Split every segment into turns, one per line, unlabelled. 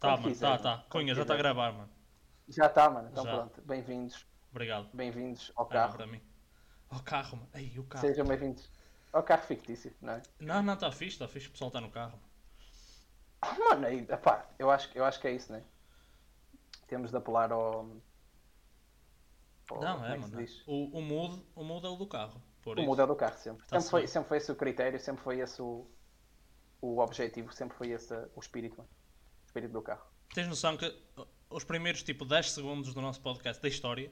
Tá, mano,
Quando
tá,
quiserem.
tá. Cunha,
Quando
já está a
quiserem.
gravar, mano.
Já está, mano. Então
Já.
pronto. Bem-vindos.
Obrigado.
Bem-vindos ao
Era
carro.
para mim. Ó carro, mano. Ei, o carro.
Sejam bem-vindos ao carro fictício, não é?
Não, não, está fixe, está fixe. O pessoal está no carro.
Ah, mano, aí, epá, eu acho, eu acho que é isso, né? Temos de apelar ao. ao-
Não,
como
é,
que se
mano.
diz?
O, o mood, o mood é o do carro. Por
O
isso.
modelo do carro sempre.
Tá
sempre, foi,
certo.
sempre foi esse o critério, sempre foi esse o, o objetivo, sempre foi esse o espírito, mano. O espírito do carro.
Tens noção que uh, os primeiros tipo 10 segundos do nosso podcast da história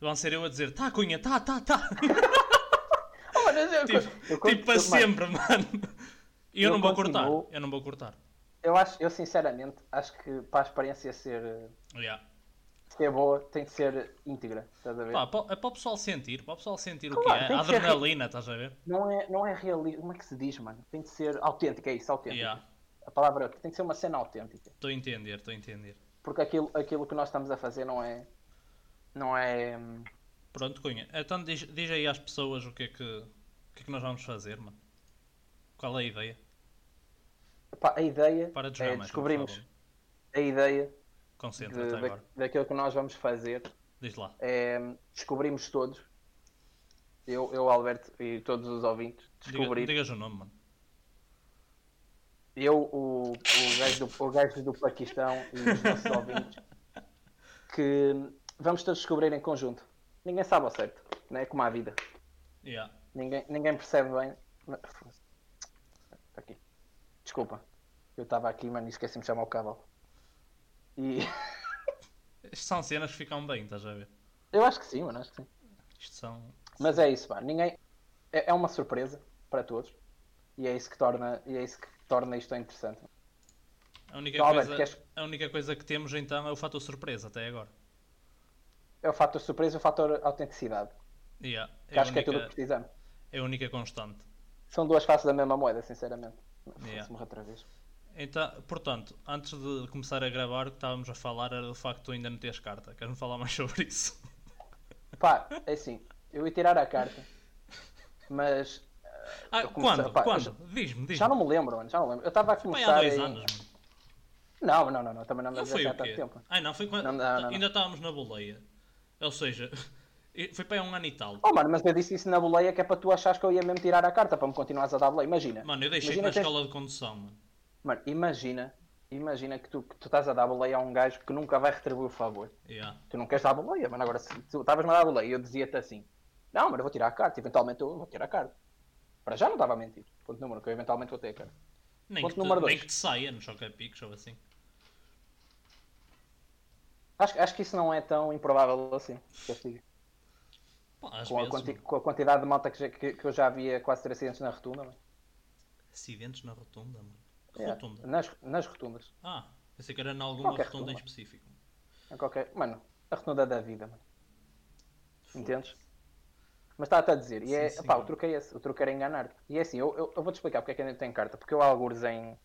vão ser eu a dizer tá, Cunha, tá, tá, tá.
Oh, mano, eu- eu-
tipo,
eu conto-
tipo para
eu- mano,
sempre, mano. E eu,
Eu
não vou cortar.
continuo-
Eu não vou cortar.
Eu, acho, eu sinceramente acho que para a experiência ser,
Yeah.
ser boa tem de ser íntegra, estás a ver?
Pá, pa- é para o pessoal sentir, para o pessoal sentir o
Claro,
que é.
tem
A
que ser-
adrenalina, estás a ver?
Não é, não é realismo, como é que se diz, mano? Tem de ser autêntica, é isso, autêntica.
Yeah.
A palavra tem de ser uma cena autêntica.
Estou a entender, estou a entender.
Porque aquilo, aquilo que nós estamos a fazer não é. Não é. hum,
Pronto, Cunha. Então diz, diz aí às pessoas o que é que, o que é que nós vamos fazer, mano. Qual é a ideia?
pá, a ideia
Para de jogar
é
mais,
descobrimos
por favor.
a ideia de-
Concentra-te
da-
agora.
daquilo que nós vamos fazer.
Diz lá.
É, hum, descobrimos todos. Eu, eu, Alberto e todos os ouvintes.
Diga,
Descobrir.
digas o nome, mano.
Eu, o, o, gajo do, o gajo do Paquistão e os nossos ouvintes. Que hum, vamos todos descobrir em conjunto. Ninguém sabe ao certo. Não é como a vida.
Yeah.
Ninguém, ninguém percebe bem. mas- Tá Aqui. Desculpa. Eu estava aqui, mano, e esqueci-me de chamar o cavalo. E
Isto são cenas que ficam bem, estás a ver?
eu acho que sim, mano, acho que sim.
Isto são.
Mas é isso, pá. Ninguém... É, é uma surpresa para todos. E é isso que torna, e é isso que torna isto interessante.
A única,
Então, Alberto,
coisa,
queres-
a única coisa que temos então é o fator surpresa até agora.
É o fator surpresa e o fator autenticidade.
Yeah.
Que
É, a
acho que é
única,
tudo o que precisamos.
é a única constante.
São duas faces da mesma moeda, sinceramente.
Yeah.
Se morrer outra vez.
Então, portanto, antes de começar a gravar, o que estávamos a falar era do facto de tu ainda não teres carta. Queres-me falar mais sobre isso?
Pá, é assim. Eu ia tirar a carta. Mas
Ah,
Eu comecei-
quando?
pá,
quando? Diz-me, diz-me.
já não me lembro, mano. Já não lembro. Eu estava a
Bem,
começar.
há dois
em-
anos, mano.
Não, não, não, não, também não me
Não
lembro
foi
já
o
há tanto
quê?
tempo.
Ai, não, foi quando.
Não, não, não.
Ainda estávamos na boleia. Ou seja, foi para aí um ano e tal.
Oh mano, mas eu disse isso na boleia que é para tu achares que eu ia mesmo tirar a carta para me continuares a dar boleia. Imagina.
Mano, eu deixei-te
imagina
na
que tens-
escola de condução, mano.
Mano, imagina, imagina que tu, que tu estás a dar boleia a um gajo que nunca vai retribuir o favor.
Yeah.
Tu não queres dar boleia, mano. Agora, se tu estavas-me a dar boleia e eu dizia-te assim, não, mano, eu vou tirar a carta, eventualmente eu vou tirar a carta. Para já não estava a mentir. Ponto número, um, que eu eventualmente vou ter a carta.
Nem, que
Ponto
te,
número
nem
dois.
que te saia no Chocapicos ou assim.
Acho, acho que isso não é tão improvável assim. que eu te digo.
Pá, às
Com a,
vezes,
quanti-
mano.
com a quantidade de malta que, já- que- que eu já havia quase 300 na rotunda, mano.
acidentes na rotunda, mano.
É,
Rotunda.
nas, nas rotundas.
Ah, pensei que era em alguma
Qualquer
rotunda em
rotunda.
específico.
A qualquer... Mano, a retunda da vida, mano. Entendes? Mas está a dizer. E é...
Sim,
pá,
senhor.
o truque é esse. O truque era enganar-te. E é assim, eu, eu, eu vou-te explicar porque é que ainda tenho carta. Porque eu, algures em...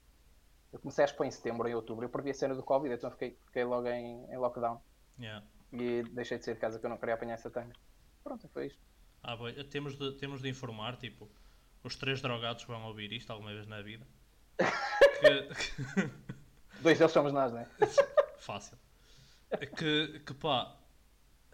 Eu comecei a expor em setembro, em outubro. Eu perdi a cena do Covid, então fiquei, fiquei logo em, em lockdown.
Yeah.
E deixei de sair de casa que eu não queria apanhar essa tanga. Pronto, foi isto.
Ah, boi, temos de, temos de informar, tipo, os três drogados vão ouvir isto alguma vez na vida. Que,
Dois deles somos nós, né?
que- fácil. É Que, que pá,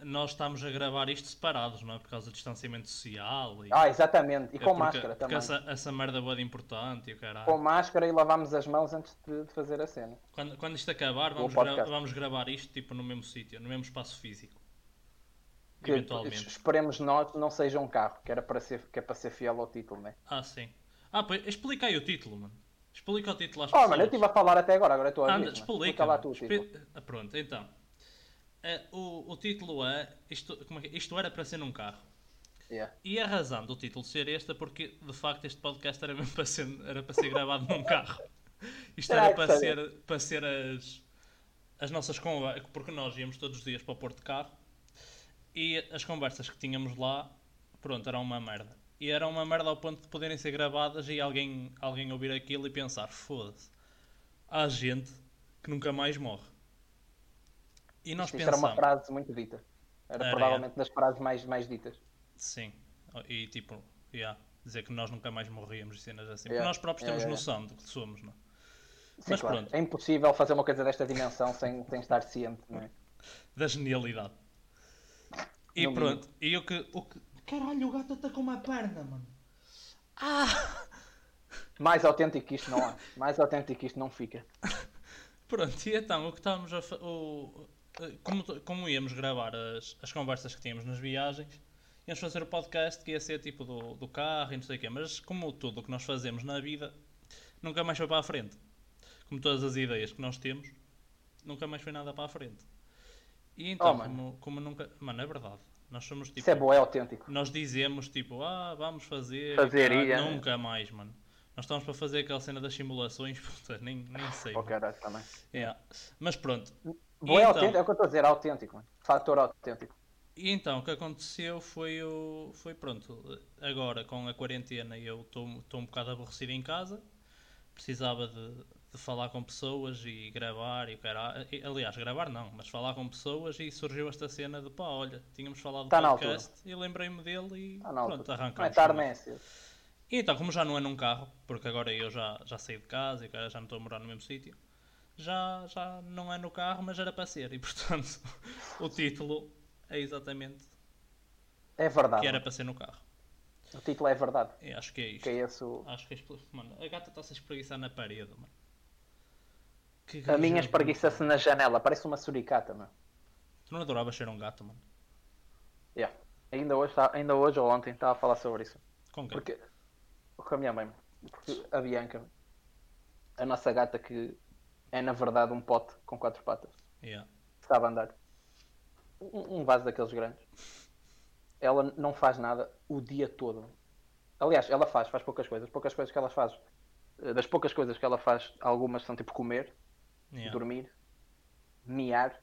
nós estamos a gravar isto separados, não é? Por causa do distanciamento social e.
Ah, exatamente. E
é
com
porque-
máscara
porque
também.
essa, essa merda boa de importante e o caralho.
Com máscara e lavámos as mãos antes de, de fazer a cena.
Quando, quando isto acabar, vamos, gra-
podcast.
vamos gravar isto tipo no mesmo sítio, no mesmo espaço físico.
Que
Eventualmente.
esperemos nós que não seja um carro, que, era para ser, que é para ser fiel ao título, né?
Ah, sim. Ah, pois, explica aí o título, mano. Explica o título às
Oh,
pessoas.
mano, eu estive a falar até agora, agora estou a ouvir.
Anda,
mano.
explica.
Explica lá
mano.
tu tipo, o
Expli-
título.
Ah, Pronto, então. Ah, o, o título é isto, como é que é? Isto era para ser num carro.
Yeah.
E a razão do título ser este é porque, de facto, este podcast era mesmo para ser, era para ser gravado num carro. Isto
Será
era
que
para
seria?
ser, para ser as, as nossas conversas, porque nós íamos todos os dias para o Porto de Carro e as conversas que tínhamos lá, pronto, eram uma merda. E eram uma merda ao ponto de poderem ser gravadas e alguém, alguém ouvir aquilo e pensar: foda-se, há gente que nunca mais morre. E nós
Tipo, Isto era uma
pensamos.
frase muito dita. Era
Era,
provavelmente das frases mais, mais ditas.
Sim, e tipo, yeah, dizer que nós nunca mais morríamos e cenas assim.
Yeah.
Porque nós próprios
Yeah,
temos
yeah,
noção do que somos, não? é?
Sim,
Mas
claro.
pronto.
É impossível fazer uma coisa desta dimensão sem, sem estar ciente, não é?
da genialidade. E
Não me
pronto, e o que, o que. Caralho, o gato atacou uma perna, mano. Ah!
Mais autêntico que isto não há. Mais autêntico que isto não fica.
Pronto, e então, o que estávamos a. fa- O, eh, como, t- como íamos gravar as, as conversas que tínhamos nas viagens, íamos fazer o podcast que ia ser tipo do, do carro e não sei o quê, mas como tudo o que nós fazemos na vida nunca mais foi para a frente. Como todas as ideias que nós temos, nunca mais foi nada para a frente. E então,
Oh, mano.
como, como nunca. Mano, é verdade. Nós somos tipo.
Isso é bom, é autêntico.
nós dizemos tipo, ah, vamos fazer.
Fazer,
caralho,
ia, né?
Nunca mais, mano. Nós estamos para fazer aquela cena das simulações, puta, nem, nem sei.
Oh,
mano.
caralho, também.
Yeah. Mas pronto.
Bom, é
então?
autêntico, é o que eu estou a dizer, autêntico, mano. Fator autêntico.
E então o que aconteceu foi o. Foi pronto. Agora com a quarentena eu estou um bocado aborrecido em casa. Precisava de, de falar com pessoas e gravar e o cara. Aliás, gravar não, mas falar com pessoas e surgiu esta cena de pá, olha, tínhamos falado do
Tá na
podcast e lembrei-me dele e
Ah, não,
pronto,
não é
arrancamos.
tarde, não é cedo.
E então, como já não é num carro, porque agora eu já, já saí de casa e cara, já não estou a morar no mesmo sítio, já, já não é no carro, mas era para ser. E portanto, o título é exatamente
É verdade.
que era para ser no carro.
mano. O título é verdade.
E acho que é isto.
Que é esse o...
Acho que é isto. Mano, a gata está-se a espreguiçar na parede, mano. Que
A
gaja
minha
bruta.
espreguiça-se na janela, parece uma suricata, meu.
Tu não adoravas ser um gato, mano.
Yeah. Ainda, hoje, tá, ainda hoje ou ontem estava a falar sobre isso.
Com quem?
Porque com a minha mãe, porque a Bianca, a nossa gata que é na verdade um pote com quatro patas,
Yeah.
sabe andar. Um, um vaso daqueles grandes. Ela não faz nada o dia todo. Aliás, ela faz, faz poucas coisas. Poucas coisas que ela faz. eh, Das poucas coisas que ela faz, algumas são tipo comer,
Yeah.
dormir, miar,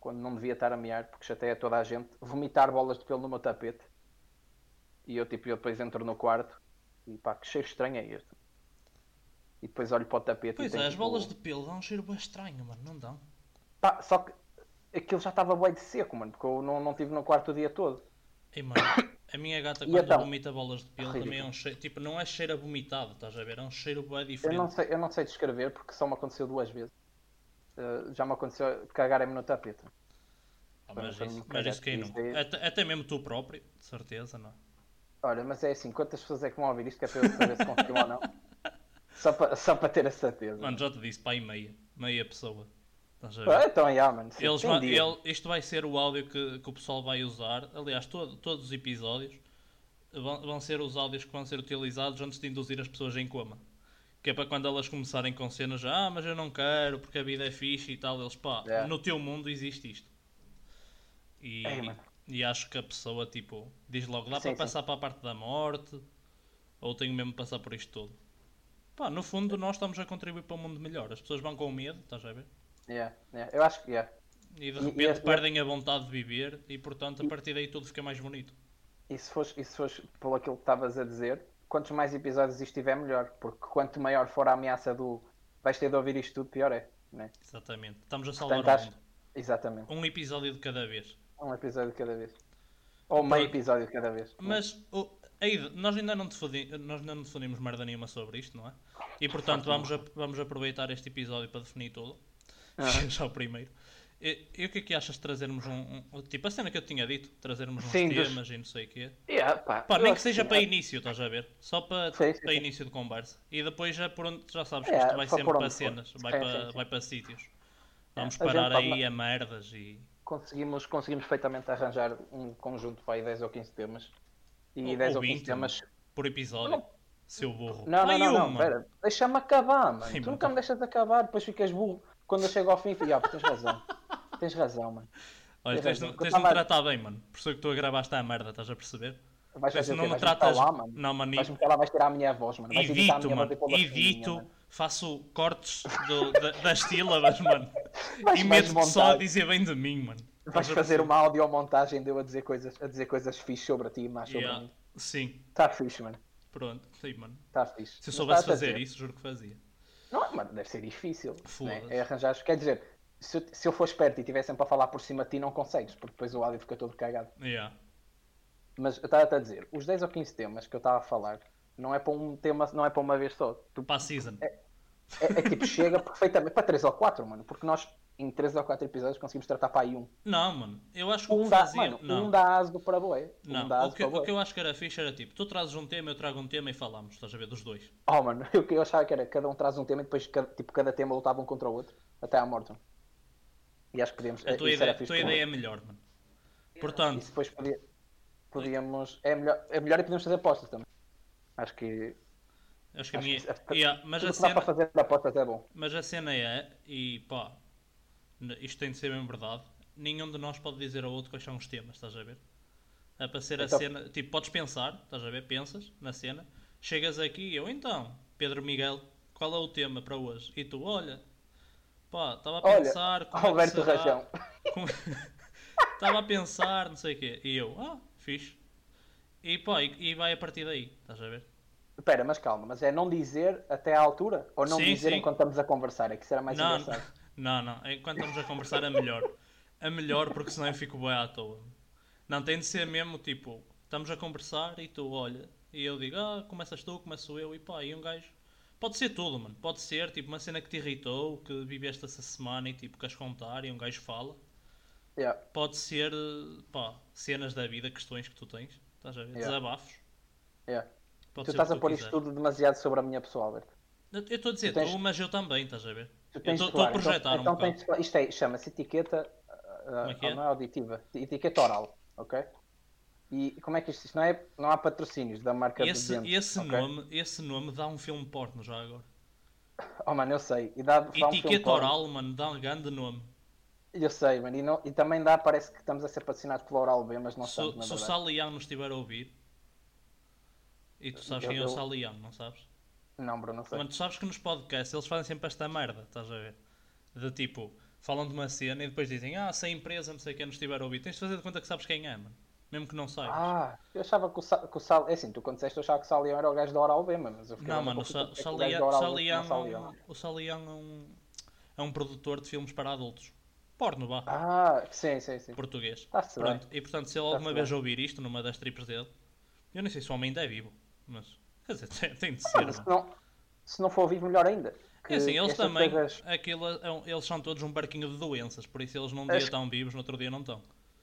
quando não devia estar a miar, porque chateia toda a gente, vomitar bolas de pelo no meu tapete. E eu, tipo, eu depois entro no quarto e pá, que cheiro estranho é este? E depois olho para o tapete e
Pois
tem,
é, as
tipo,
bolas de pelo dão um cheiro bem estranho, mano. Não dão?
pá, só que aquilo já estava bué de seco, mano, porque eu não, não estive no quarto o dia todo.
Ei, mano, a minha gata
E
quando
então?
vomita bolas de pelo também é um
Ridículo.
cheiro. Tipo, não é cheiro a vomitado, estás a ver? É um cheiro bem
Eu
diferente.
não, sei, eu não sei descrever porque só me aconteceu duas vezes. Eh, já me aconteceu cagarem-me no tapete.
Ah, mas,
Para não
isso,
me
mas
cagar
isso quem
nisso
nunca?
aí.
Até, até mesmo tu próprio, de certeza, não é?
Olha, mas é assim, quantas pessoas é que vão ouvir isto que é para eu saber se confirma ou não? Só para, só para ter a certeza.
Mano, já te disse, pá, e meia. Meia pessoa. Estás a ver?
Ah, então, yeah, mano. sim,
Eles
tem
ma-
dia.
ele- isto vai ser o áudio que, que o pessoal vai usar. Aliás, todo- todos os episódios vão, vão ser os áudios que vão ser utilizados antes de induzir as pessoas em coma. Que é para quando elas começarem com cenas, ah, mas eu não quero porque a vida é fixe e tal. Eles, pá,
Yeah.
no teu mundo existe isto. E,
Ei, mano.
e acho que a pessoa, tipo, diz logo, dá
É, Sim,
para
sim.
passar para a parte da morte ou tenho mesmo de passar por isto tudo. Pá, no fundo, nós estamos a contribuir para um mundo melhor. As pessoas vão com medo, estás a ver?
Yeah, yeah. Eu acho que yeah.
E de
E- e
repente
esse-
perdem a vontade de viver e portanto a partir daí tudo fica mais bonito.
E se fores, e se fores pelo aquilo que estavas a dizer, quantos mais episódios isto tiver, melhor. Porque quanto maior for a ameaça do vais ter de ouvir isto tudo, pior é. Né?
Exatamente. Estamos a salvar
Portanto, acho...
o mundo.
Exatamente.
Um episódio de cada vez.
Um episódio de cada vez. Ou meio
Pronto.
episódio de cada vez.
Mas o- a ide- nós ainda não definimos, nós ainda não definimos merda nenhuma sobre isto, não é? E portanto vamos, a- vamos aproveitar este episódio para definir tudo. Já o primeiro. E, e o que é que achas de trazermos um, um- Tipo a cena que eu tinha dito, trazermos uns
Sim, dos-
temas e não sei o quê.
Yeah, pá,
Pá,
eu
nem
acho
que seja
sim,
para
acho-
início, estás a ver? Só para,
Sim, sim,
para
sim.
início de conversa. E depois já por onde, já sabes que
É,
isto vai
só
sempre
por
para
onde for.
cenas, vai,
Sim,
para,
sim, sim.
vai para sítios. Vamos
A gente
parar
pode-
aí a merdas e.
Conseguimos, conseguimos perfeitamente arranjar um conjunto para aí 10 ou 15 temas. E
Ou-
10
ou
ou 15
20,
temas.
por episódio. Seu burro.
Não, não,
Ai,
não,
eu,
não,
mano.
pera. Deixa-me acabar, mano.
Sim,
tu
mano,
nunca
tá.
me deixas acabar, depois ficas burro. Quando eu chego ao fim, fico, ah, pô, tens razão. tens razão, mano.
Olha,
tens
tens,
razão.
de- tens de me
Quando tava-
tratar bem, mano. Por isso é que tu a gravar esta merda, estás a perceber? Mas
Vais
se
fazer o
não
quê?
me
Vais-me
tratas.
calar, mano.
Não, mano,
Vais-me calar, vais tirar a minha voz, mano. Vais editar a
Edito,
minha voz
mano.
e pô-la fininha,
Edito,
mano.
faço cortes do- da- das sílabas, mano.
Vais-
E
vais
meto só a
montar.
dizer bem de mim, mano.
Vais
Estás a
fazer
perceber?
uma audiomontagem de eu a dizer coisas, a dizer coisas fixe sobre ti e mais sobre
Yeah.
mim.
Sim,
Está fixe, mano.
pronto. Sim, mano.
Está fixe.
Se eu
Mas
soubesse
estás a
fazer
dizer-
isso, juro que fazia.
Não, mano, deve ser difícil. Né?
Foda-se.
É arranjar. Quer dizer, se eu, se eu for esperto e estiver sempre a falar por cima de ti, não consegues, porque depois o áudio fica todo cagado.
Yeah.
Mas eu estava-te a dizer, os 10 ou 15 temas que eu estava a falar não é para um tema, não é para uma vez só. Tu-
Para a season.
É, é tipo, chega perfeitamente para 3 ou 4, mano, porque nós em 3 ou 4 episódios conseguimos tratar para aí um.
Não, mano, eu acho que o
Um
que
dá,
fazia.
mano,
não,
um dá aso do paraboé.
não.
Um dá
o,
aso
que,
para
o
boi.
que eu acho que era fixe era tipo, tu trazes um tema, eu trago um tema e falamos, estás a ver, dos dois.
Oh, mano, eu, eu achava que era cada um traz um tema e depois cada, tipo, cada tema lutava um contra o outro, até à morte. E acho que podíamos.
A tua
isso era
ideia,
fixe
tua
também.
ideia é melhor, mano. Portanto,
Isso depois podia, podíamos. É melhor, é melhor e podíamos fazer apostas também. Acho que.
acho que a
acho
minha.
que isso é-
Yeah, mas
tudo
a
que dá
cena.
para fazer de apostas é bom.
Mas a cena é, e pá, n- isto tem de ser mesmo verdade, nenhum de nós pode dizer ao outro quais são os temas, estás a ver? É para ser a
Então-
cena, tipo, podes pensar, estás a ver? Pensas na cena, chegas aqui e eu então, Pedro Miguel, qual é o tema para hoje? E tu, olha, pá, estava a
Olha,
pensar. como
Alberto
é que será?
Rajão.
Como- Estava a pensar, não sei o quê. E eu, ah, fixe. E pá, e, e vai a partir daí, estás a ver?
Espera, mas calma, mas é não dizer até à altura? Ou não
Sim,
dizer
sim.
enquanto estamos a conversar? É que será mais
não,
engraçado.
não, não. Enquanto estamos a conversar é melhor. É melhor porque senão eu fico bem à toa. Não, tem de ser mesmo tipo, estamos a conversar e tu olha, e eu digo, ah, começas tu, começo eu, e pá, e um gajo. Pode ser tudo, mano. Pode ser tipo uma cena que te irritou, que viveste essa semana e tipo, queres contar e um gajo fala.
Yeah.
Pode ser, eh, pá, cenas da vida, questões que tu tens, estás a ver?
Yeah.
Desabafos.
Yeah.
Pode
Tu
ser o
estás
que
a
tu
pôr
quiseres.
isto tudo demasiado sobre a minha pessoa, Alberto.
Eu estou a dizer
Tu tens-
tu, mas eu também, estás a ver?
Tu
Eu
tens
estou
de
estou a
falar.
projetar um
então, então
bocado.
tens de falar. Isto é, chama-se etiqueta ah,
é que é?
não é auditiva, etiqueta oral, ok? E como é que isto, isto não é? Não há patrocínios da marca
Esse,
de
esse,
ok?
nome, esse nome dá um filme porno já agora.
Oh mano, eu sei. E dá, dá um filme
Etiqueta
porno.
oral, mano, dá um grande nome.
Eu sei, mano. E, não- e também dá, parece que estamos a ser patrocinados pela Oral B, mas não
Se,
estamos, na
se o
verdade.
Salian nos estiver a ouvir, e tu sabes
Eu-
quem é o
eu-
Salian, não sabes?
Não, Bruno, não sei.
Mano, tu sabes que nos podcasts eles fazem sempre esta merda, estás a ver? De tipo, falam de uma cena e depois dizem, ah, se a empresa, não sei quem nos estiver a ouvir, tens de fazer de conta que sabes quem é, mano. Mesmo que não saibas.
Ah, eu achava que o, Sa- que o Sal... É assim, tu quando disseste eu achava que o Salião era o gajo da Oral B, mano. Mas eu fiquei
Não,
bem
mano, o,
confuso,
Sa
porque é que o
Salian,
gajo da Oral B
Salian,
não é o Salião.
um, o Salian é um, é um produtor de filmes para adultos. Porno, vá.
Ah, sim, sim, sim. Tá
Português.
Está-se bem.
Pronto. E portanto, se ele alguma
Tá-se
vez ouvir isto numa das tripes dele, eu nem sei se o homem ainda é vivo, mas. Quer dizer, tem, tem de ser.
Mano, se
mano.
não, se não for vivo, melhor ainda.
É assim, eles
estas
também.
coisas-
aquilo é um- eles são todos um barquinho de doenças, por isso eles num dia
Acho-
estão vivos, no outro dia não estão.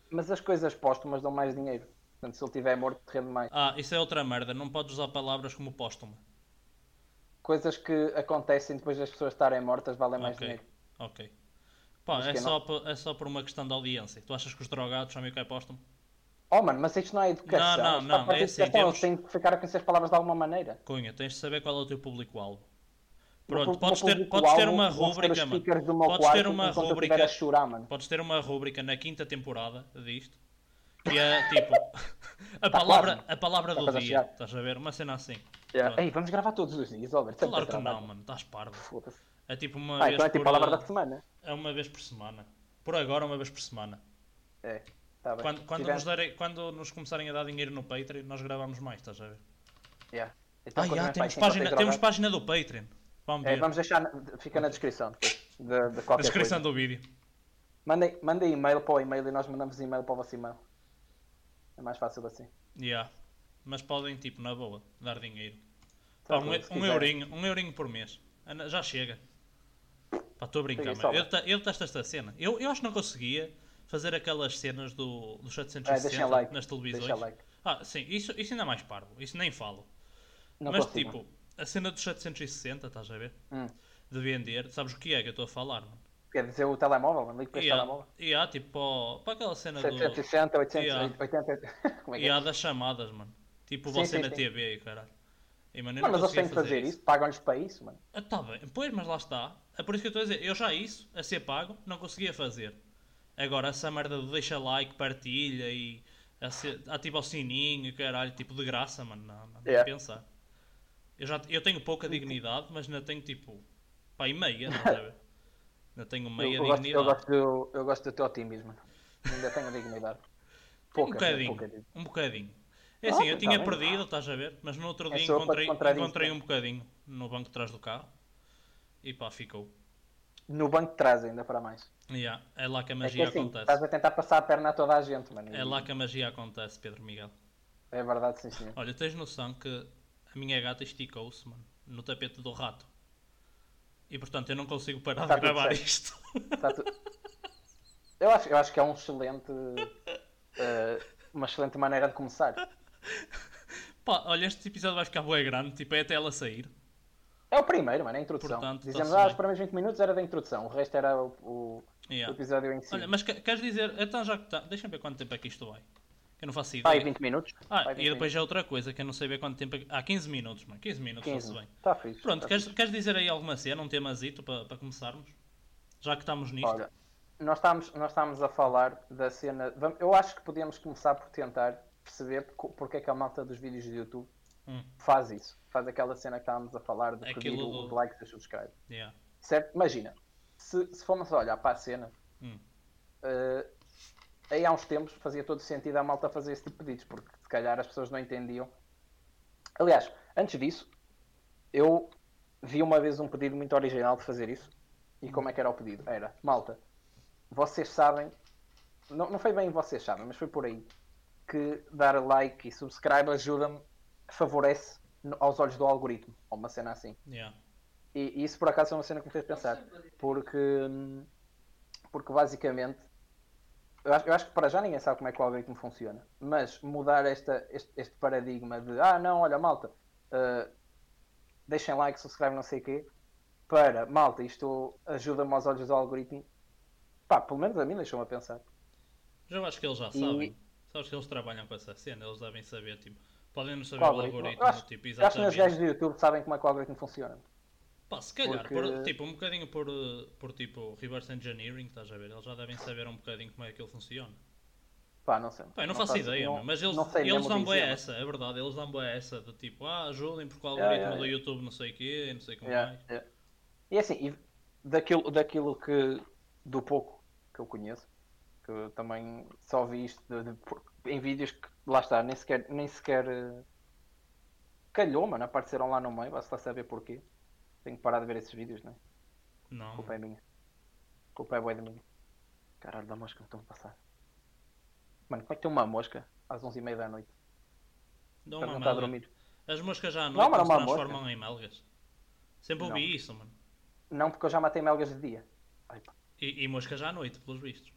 Mas as coisas póstumas dão mais dinheiro. Portanto, se ele tiver morto, rende mais.
Ah, isso é outra merda, não podes usar palavras como póstuma.
Coisas que acontecem depois das pessoas estarem mortas valem mais
Ok.
dinheiro.
Ok. Pá,
Mas
é
que
só, por, é só por uma questão de audiência. Tu achas que os drogados sabem o que é póstumo?
Oh, mano, mas isto não é educação.
Não, não,
Isto
não,
faz parte
é
da
assim,
educação,
temos-
eles têm que ficar a conhecer as palavras de alguma maneira.
Cunha, tens de saber qual é o teu público-alvo.
O meu
Pronto, podes ter,
público-alvo
podes ter uma
vão ser os
rúbrica, mano.
stickers do meu
Podes ter
quarto
uma
enquanto eu estiver a
rúbrica.
chorar, mano.
Podes ter uma rúbrica na quinta temporada disto, que é tipo a palavra, a palavra
Tá
do
quase a
dia,
chegar.
estás a ver? Uma cena assim.
Yeah.
Pronto.
É. Ei, vamos gravar todos os dias, Albert. sempre
Claro
a
que
gravar.
não, mano, estás parvo.
Foda-se.
É tipo uma
Ah,
vez
então é tipo
por
palavra da
uh,
semana.
é uma vez por semana. Por agora uma vez por semana.
É, tá bem.
Quando, quando,
Tiver-
nos, darem- quando nos começarem a dar dinheiro no Patreon, nós gravamos mais, estás a ver?
Yeah. Então,
Ah,
quando
já,
mais
temos,
baixo, então, tem
página,
que
temos
gravar.
página do Patreon. Vamos
É,
ver.
Vamos deixar, na- fica na descrição depois, de, de
A
qualquer
descrição
coisa.
do vídeo.
Mandem, mandem e-mail para o e-mail e nós mandamos e-mail para o vosso e-mail. É mais fácil assim.
Yeah. Mas podem, tipo, na boa, dar dinheiro. Pá,
Tá
um,
bom,
eu-
se
um
quiserem.
eurinho, um eurinho por mês. Ana, Já chega. Pá, estou a brincar, mano.
Sim, só
Eu, te- eu detesto esta cena. Eu, eu acho que não conseguia fazer aquelas cenas do, do 760
É, deixem like,
nas televisões.
deixem like.
Ah, sim, isso, isso ainda é mais parvo. Isso nem falo.
Não
Mas,
consigo.
tipo, a cena dos 760, estás a ver?
Hum.
De vender, sabes o que é que eu estou a falar, mano?
Quer dizer, o telemóvel, mano, ligo para
E
este
há,
telemóvel.
e há, tipo, ó, para aquela cena do.
760, 800,
Yeah.
80, como é que
E
é?
há das chamadas, mano. Tipo,
Sim,
você
sim,
na
sim.
TV e caralho. E, mano, eu
Mano,
não
mas eles
conseguia
têm que fazer
isso.
isso, pagam-lhes para isso, mano.
Ah, tá bem, pois, mas lá está. É por isso que eu estou a dizer, eu já isso, a ser pago, não conseguia fazer. Agora, essa merda de deixa like, partilha e a ser- ativa o sininho, e caralho, tipo de graça, mano, não, não,
Yeah.
nem pensar. Eu, já, eu tenho pouca dignidade, mas ainda tenho tipo, pá, e meia, não é? Ainda tenho
Eu,
meia
eu gosto, eu,
dignidade.
gosto do, eu gosto do teu otimismo, mano. Ainda tenho dignidade.
Tenho
Pouca,
um bocadinho,
pouca dignidade.
um bocadinho. É
Ah,
assim, eu
tá
tinha
bem.
perdido, estás a ver, mas no outro
É
dia
só para né? te
encontrei,
contrariar.
encontrei um bocadinho no banco de trás do carro e pá, ficou.
No banco de trás, ainda para mais.
Yeah, é lá que a
É que
magia
assim,
acontece.
estás a tentar passar a perna a toda a gente, mano.
É lá que a magia acontece, Pedro Miguel.
É verdade, sim, senhor.
Olha, tens noção que a minha gata esticou-se, mano, no tapete do rato. E portanto eu não consigo parar
Tá
de
tudo
gravar
certo.
isto.
Tá tu- eu, acho, eu acho que é um excelente. eh, uma excelente maneira de começar.
Pá, olha, este episódio vai ficar bem grande, tipo, é até ela sair.
É o primeiro, mano, é a introdução.
Portanto, tá
Dizemos,
tá-se
ah,
bem.
os primeiros 20 minutos era da introdução, o resto era o, o
Yeah.
episódio em si.
Olha, mas que- queres dizer, então já que está. Deixa-me ver quanto tempo é que isto vai. Que eu não faço
Vai
ideia.
20 minutos.
Ah,
Vai 20
e depois já outra coisa, que eu não sei ver quanto tempo. é que- Ah, 15 minutos, mano. 15 minutos,
minutos.
está-se bem.
Está fixe.
Pronto,
tá
queres, queres dizer aí alguma cena, um temazito para, para começarmos? Já que estamos nisto.
Olha, nós estávamos, nós estávamos a falar da cena. vam- Eu acho que podíamos começar por tentar perceber co- porque é que a malta dos vídeos do YouTube
Hum.
faz isso. Faz aquela cena que estávamos a falar de pedir
Aquilo
os
do-
likes e os subscribes.
Yeah.
Certo? Imagina, se, se formos a olhar para a cena,
Hum.
eh, aí há uns tempos fazia todo sentido a malta fazer esse tipo de pedidos, porque se calhar as pessoas não entendiam. Aliás, antes disso, eu vi uma vez um pedido muito original de fazer isso. E como é que era o pedido? Era, malta, vocês sabem, não, não foi bem vocês sabem, mas foi por aí, que dar like e subscribe ajuda-me, favorece no- aos olhos do algoritmo, ou uma cena assim.
Yeah.
E, e isso por acaso é uma cena que me fez pensar. Porque, hum, porque basicamente eu acho, eu acho que para já ninguém sabe como é que o algoritmo funciona. Mas mudar esta, este, este paradigma de ah não, olha malta, ah, deixem like, subscribe, não sei o quê, para malta, isto ajuda-me aos olhos do algoritmo. Pá, pelo menos a mim deixou-me a pensar.
Já eu acho que eles já
E-
sabem. Sabes que eles trabalham com essa cena, eles devem saber, tipo. Podem não saber
Qual
o
algoritmo?
algoritmo,
Eu acho-
tipo,
Eu acho que os
exatamente.
gajos do YouTube sabem como é que o algoritmo funciona.
Pá, se calhar,
Porque-
por, tipo, um bocadinho por, eh, por tipo reverse engineering, estás a ver? Eles já devem saber um bocadinho como é que ele funciona.
Pá, não sei.
Pá, eu não, faço ideia,
não-
meu, mas eles,
não sei
eles
mesmo
dão boa
dizer, mas-
essa, é verdade, eles dão boa essa de tipo, ah, ajudem porque o
Yeah,
algoritmo
yeah,
do
yeah.
YouTube não sei o quê, e não sei como é."
Yeah,
mais.
yeah. E assim, e daquilo, daquilo que do pouco que eu conheço, que eu também só vi isto de- de- por- em vídeos que lá está, nem sequer, nem sequer eh, calhou, mano, apareceram lá no meio, vai-se lá saber porquê. Tenho que parar de ver esses vídeos, né? A
Não.
culpa é minha. A culpa é boa de mim. Caralho da mosca que estão a passar. Mano, como é que tem uma mosca às 11h30 da noite?
Dá
Para
uma
não estar a
melga.
dormir.
As moscas já à
Não,
noite
mas
não,
não
se
é uma
transformam em melgas. Sempre ouvi
Não.
isso, mano.
Não, porque eu já matei melgas de dia. Ai, pá.
E, e moscas à noite, pelos vistos.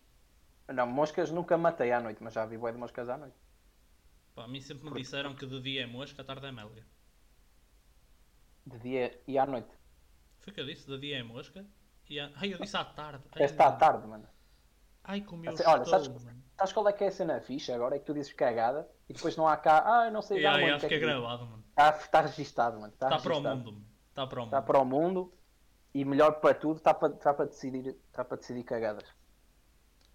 Não, moscas nunca matei à noite, mas já vi boé de moscas à noite.
Pá, a mim sempre me disseram que de dia é mosca, à tarde é melga.
De dia e à noite.
Foi o que eu disse, de dia é mosca. E à... Ai, eu disse à tarde. Ai,
Esta à tarde, mano.
Ai, como eu
Assim, olha,
estou,
sabes-
mano.
Sabes qual é que é a cena ficha agora? É que tu dizes cagada e depois não há cá. Ah, eu não sei
E aí,
muito.
acho que é gravado, mano.
Está, está registado, mano. Está,
Está Tá para o
registado.
mundo, mano. Está para o
Está
mundo.
Tá para o mundo e melhor para tudo, está para, está para, decidir, está para decidir cagadas.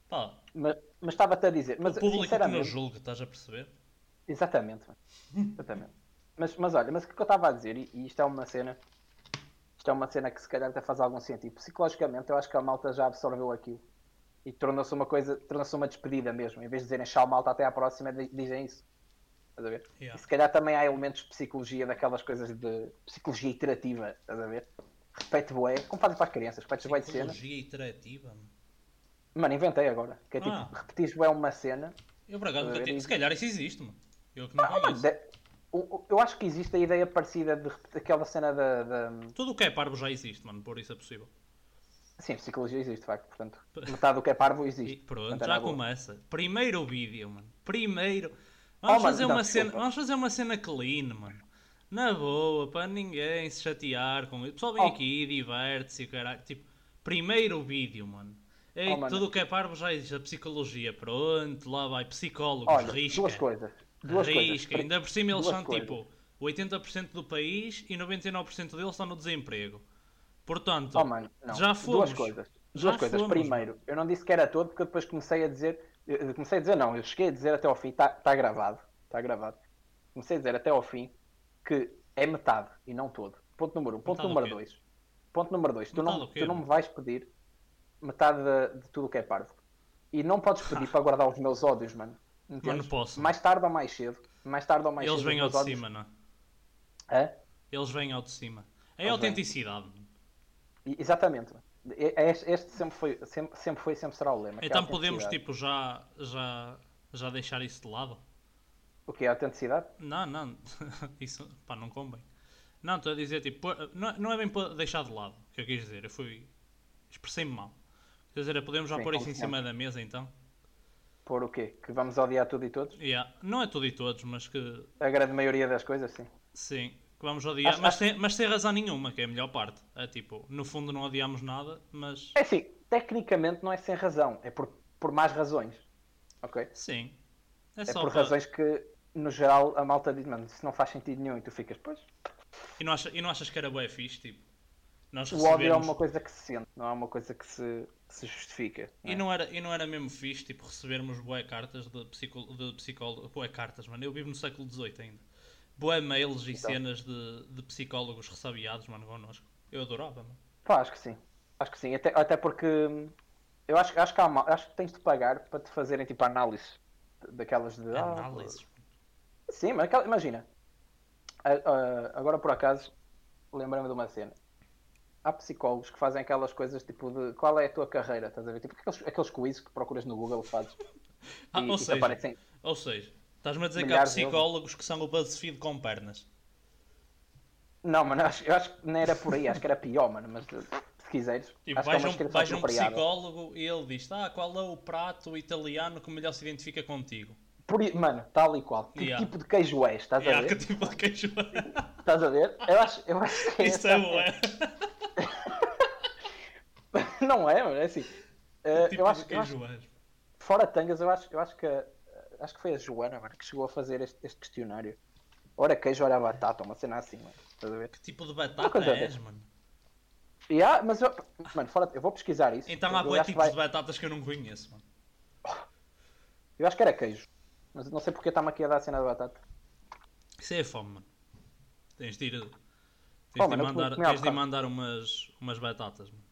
Pá,
Mas, mas estava-te a dizer. Mas,
o público que nos
sinceramente,
julga, estás a perceber?
Exatamente, mano. Exatamente. Mas, mas olha, mas o que eu estava a dizer, e, e isto é uma cena, isto é uma cena que se calhar até faz algum sentido. Psicologicamente, eu acho que a malta já absorveu aquilo e tornou-se uma coisa, tornou-se uma despedida mesmo. Em vez de dizerem tchau malta até à próxima, di- dizem isso. Estás a ver?
Yeah.
E se calhar também há elementos de psicologia, daquelas coisas de psicologia iterativa, estás a ver? Repete boé, como fazem para as crianças, repetes boé de cena.
Psicologia iterativa, mano.
Mano, inventei agora, que é tipo,
Ah.
repetir boé uma cena
Eu por acaso
Estás a
nunca
ver
tive.
isso?
Se calhar isso existe, mano. Eu que não
É Ah, mano,
conheço.
de- o- o- Eu acho que existe a ideia parecida de repetir aquela cena da. da-
Tudo o que é parvo já existe, mano, por isso é possível.
Sim, psicologia existe, de facto. Portanto, metade do que é parvo
E
existe.
pronto,
Portanto, é na
já
boa.
começa. Primeiro vídeo, mano. Primeiro. Vamos
Oh, mano,
fazer
não,
uma cena,
desculpa.
vamos fazer uma cena clean, mano. Na boa, para ninguém se chatear com isso. O pessoal vem
Oh.
aqui, diverte-se, e o caralho. Tipo, primeiro vídeo, mano. Ei,
Oh, mano.
tudo o que é parvo já existe. A psicologia, pronto, lá vai. Psicólogos,
Olha,
risca.
duas coisas. Duas coisas.
risca.
Pri-
Ainda por cima eles
duas
são
coisas.
tipo 80% do país e 99% deles estão no desemprego. Portanto,
Oh, mano, não.
já fomos.
Duas coisas.
Já
Duas coisas.
fomos,
Primeiro, eu não disse que era todo, porque eu depois comecei a dizer. eu- eu Comecei a dizer, não, eu cheguei a dizer até ao fim, está gravado. Está gravado. Comecei a dizer até ao fim que é metade e não todo. Ponto número um. Ponto
Metade do
número
quê?
dois. Ponto número dois. Tu
Metade
não,
do quê,
tu não
mano?
me vais pedir metade de, de tudo o que é parvo. E não podes pedir para guardar os meus ódios, mano. Entendes?
Mano, posso.
Mais tarde ou mais cedo. Mais tarde ou mais
eles
cedo. os
vêm ao
meus
de
ódios-
cima, não é?
Hã?
Eles vêm ao de cima. É
Eles vêm.
autenticidade. mano.
E- Exatamente. E- é Este, este sempre, foi, sempre, sempre foi e sempre será o lema. que é a
Então podemos
autenticidade.
tipo já, já, já deixar isso de lado?
O que é autenticidade?
Não, não. Isso pá, não convém. Não, estou a dizer, tipo, pô- não, não é bem pô- deixar de lado, o que eu quis dizer, eu fui, expressei-me mal. Quer dizer, é, podemos já
Sim,
pôr isso
como
em cima da mesa, então?
Por o quê? Que vamos odiar tudo e todos?
Yeah. Não é tudo e todos, mas que,
A grande maioria das coisas, sim.
sim, que vamos odiar,
Acho-
mas,
acho-
Sem, mas sem razão nenhuma, que é a melhor parte. É tipo, no fundo não odiamos nada, mas,
É assim, tecnicamente não é sem razão, é por, por más razões. Ok?
sim, é,
É
só
por
para-
razões que, no geral, a malta diz, mano, isso não faz sentido nenhum e tu ficas, pois.
E não, achas, e não achas que era bué fixe, tipo? Nós
O ódio é
recebemos...
uma coisa que se sente, não é uma coisa que se, que se justifica. não é?
E não, era, e não era mesmo fixe, tipo, recebermos bué cartas de, psico... de psicólogo... Bué cartas, mano, eu vivo no século XVIII ainda. Bué mails
Então.
e cenas de, de psicólogos ressabiados, mano, connosco. Eu adorava, mano.
Pá, acho que sim. Acho que sim. Até, até porque hum, eu acho, acho, que há mal- acho que tens de pagar para te fazerem tipo análise daquelas de. ah,
Análises.
Sim, mas aquela- imagina. A- a- agora por acaso, lembrei-me de uma cena. Há psicólogos que fazem aquelas coisas tipo de qual é a tua carreira? Estás a ver? Tipo aqueles, aqueles quiz que procuras no Google fazes
Ah,
e,
ou
e te
seja,
aparecem.
ou seja, estás-me a dizer que há
milhares deles.
psicólogos que são o BuzzFeed com pernas.
Não, mano, eu acho, eu acho que não era por aí, acho que era pior, mano, mas uh, se quiseres.
Tipo,
acho que é
vais a um,
uma descrição
vais a um
apropriada.
psicólogo e ele diz ah, qual é o prato italiano que melhor se identifica contigo?
Por i- mano, tal e qual. Que
Yeah.
tipo de queijo és? Estás
E há
a ver?
que tipo de queijo.
Estás a ver? Tá Eu acho, eu acho que é
Isso
essa
é
a
bué.
cena. Não é, mano, é assim.
Tipo
Uh, eu,
de
acho, eu acho-
queijo és.
fora tangas, eu acho, eu acho que a- acho que foi a Joana, mano, que chegou a fazer este, este questionário. Ora queijo, ora batata, uma cena assim, mano. Estás a ver?
Que tipo de
Uma
batata
coisa
és,
dessas.
mano?
E há, mas eu, mano, fora, eu vou pesquisar isso.
Então
Eu
há bué
acho que
tipos
vai-
de batatas que eu não conheço, mano.
Eu acho que era queijo. Mas não sei porque está-me aqui a dar a cena de batata.
Isso é fome, mano. Tens de ir. Tens,
Oh,
de,
mano, eu
mandar,
comi há
tens de
bocado.
mandar umas, umas batatas, mano.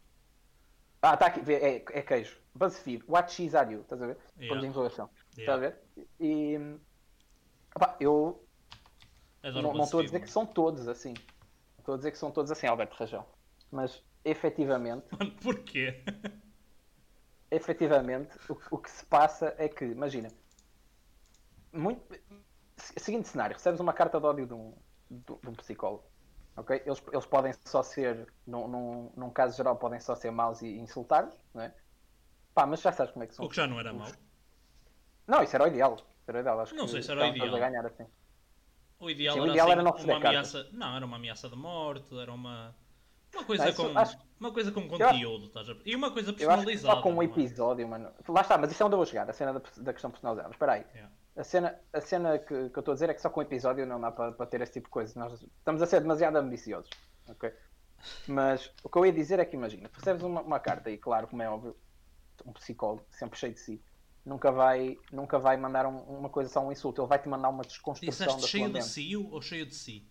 Ah, está aqui, vê, é, é queijo. BuzzFeed, what cheese are you? Estás a ver?
Yeah.
Ponto de interrogação. Estás a
Yeah.
ver? E. hum, opá, eu
Adoro
não não estou a
BuzzFeed,
dizer
mano.
que são todos assim. Não Estou a dizer que são todos assim, Alberto Rajão. Mas efetivamente,
Mano, porquê?
efetivamente, o, que- o que se passa é que, imagina, muito, se- seguinte cenário, recebes uma carta de ódio de um, de um- de um psicólogo. ok? Eles, eles podem só ser, num, num, num caso geral, podem só ser maus e insultar-nos, não é? Pá, mas já sabes como é que são.
O que já não era mau.
Não, isso era o ideal. Isso era o ideal, acho
Não
que
sei se era o
estávamos
ideal.
A ganhar assim.
O ideal
Sim, o
era,
ideal
assim,
era não receber
uma
cartas.
ameaça. Não, era uma ameaça de morte, era uma. Uma coisa
Não, isso
com.
acho-
Uma coisa com
acho-
conteúdo, estás a ver? E uma coisa
Eu acho que
personalizada.
só com um
não é?
episódio, mano. Lá está, mas isso é onde eu vou chegar, a cena da, da questão personalizada. Mas espera aí.
Yeah.
A cena, a cena que, que eu estou a dizer é que só com um episódio não dá para ter esse tipo de coisa. Nós estamos a ser demasiado ambiciosos. ok? Mas o que eu ia dizer é que, imagina, tu recebes uma, uma carta e, claro, como é óbvio, um psicólogo, sempre cheio de si, nunca vai, nunca vai mandar um- uma coisa só um insulto. Ele vai te mandar uma desconstrução da
Disseste
tua
cheio de
mente.
cio ou cheio de si?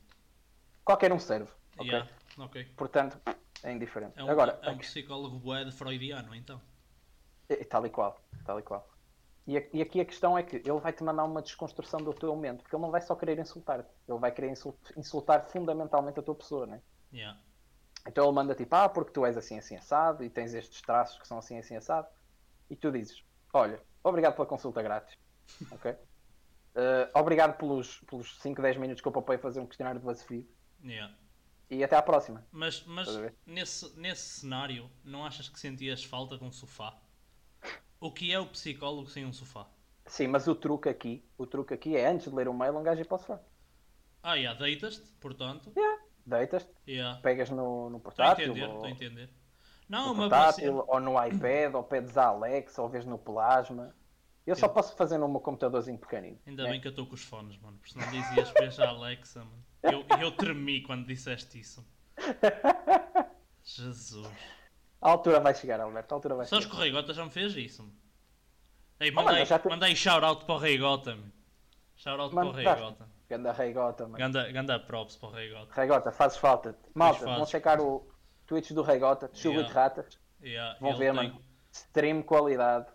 Qualquer um serve. ok?
Yeah, ok.
Portanto, é indiferente.
É um,
Agora,
é um
a-
psicólogo bué de freudiano, então.
É, tal e qual, tal e qual. E, a- e aqui a questão é que ele vai te mandar uma desconstrução do teu momento, porque ele não vai só querer insultar-te, ele vai querer insul- insultar fundamentalmente a tua pessoa, né?
Yeah.
Então ele manda tipo, ah, porque tu és assim, assim, assado, e tens estes traços que são assim, assim, assado, e tu dizes, olha, obrigado pela consulta grátis, ok? Eh, obrigado pelos, pelos 5, 10 minutos que eu papei a fazer um questionário de BuzzFeed,
Yeah.
e até à próxima.
Mas, mas
Estás a ver?
nesse, nesse cenário, não achas que sentias falta de um sofá? O que é o psicólogo sem um sofá?
Sim, mas o truque aqui, o truque aqui é antes de ler o mail, um gajo ir para o sofá.
Ah, yeah, deitas-te, portanto.
Yeah, deitas-te,
Yeah.
pegas no, no
Estou a
portátil,
entender,
ou-
estou a entender. Não,
no
uma boa
portátil,
cena.
ou no iPad, ou pedes a Alexa, ou vês no Plasma. Eu só
Sim.
posso fazer no meu computadorzinho pequenino.
Ainda
né?
bem que eu estou com os fones, mano, porque senão dizias beijo a Alexa, mano. Eu, eu tremi quando disseste isso. Jesus.
A altura vai chegar, Alberto, a altura vai
Sabes que
chegar.
o Rigota já me fez isso, mano. Ei,
Ah, mano,
mandei,
eu já te-
mandei shout-out para o Rigota, mano. Shout-out para o
Mandaste.
Rigota.
Ganda Raigota, mano.
Ganda, ganda props para o Rigota.
Raigota, fazes falta. Malta,
fazes.
vão checar o Twitch do Raigota, Chilo
Yeah.
de Ratas.
Yeah,
Vão
ele
ver,
tem-
mano. Stream qualidade.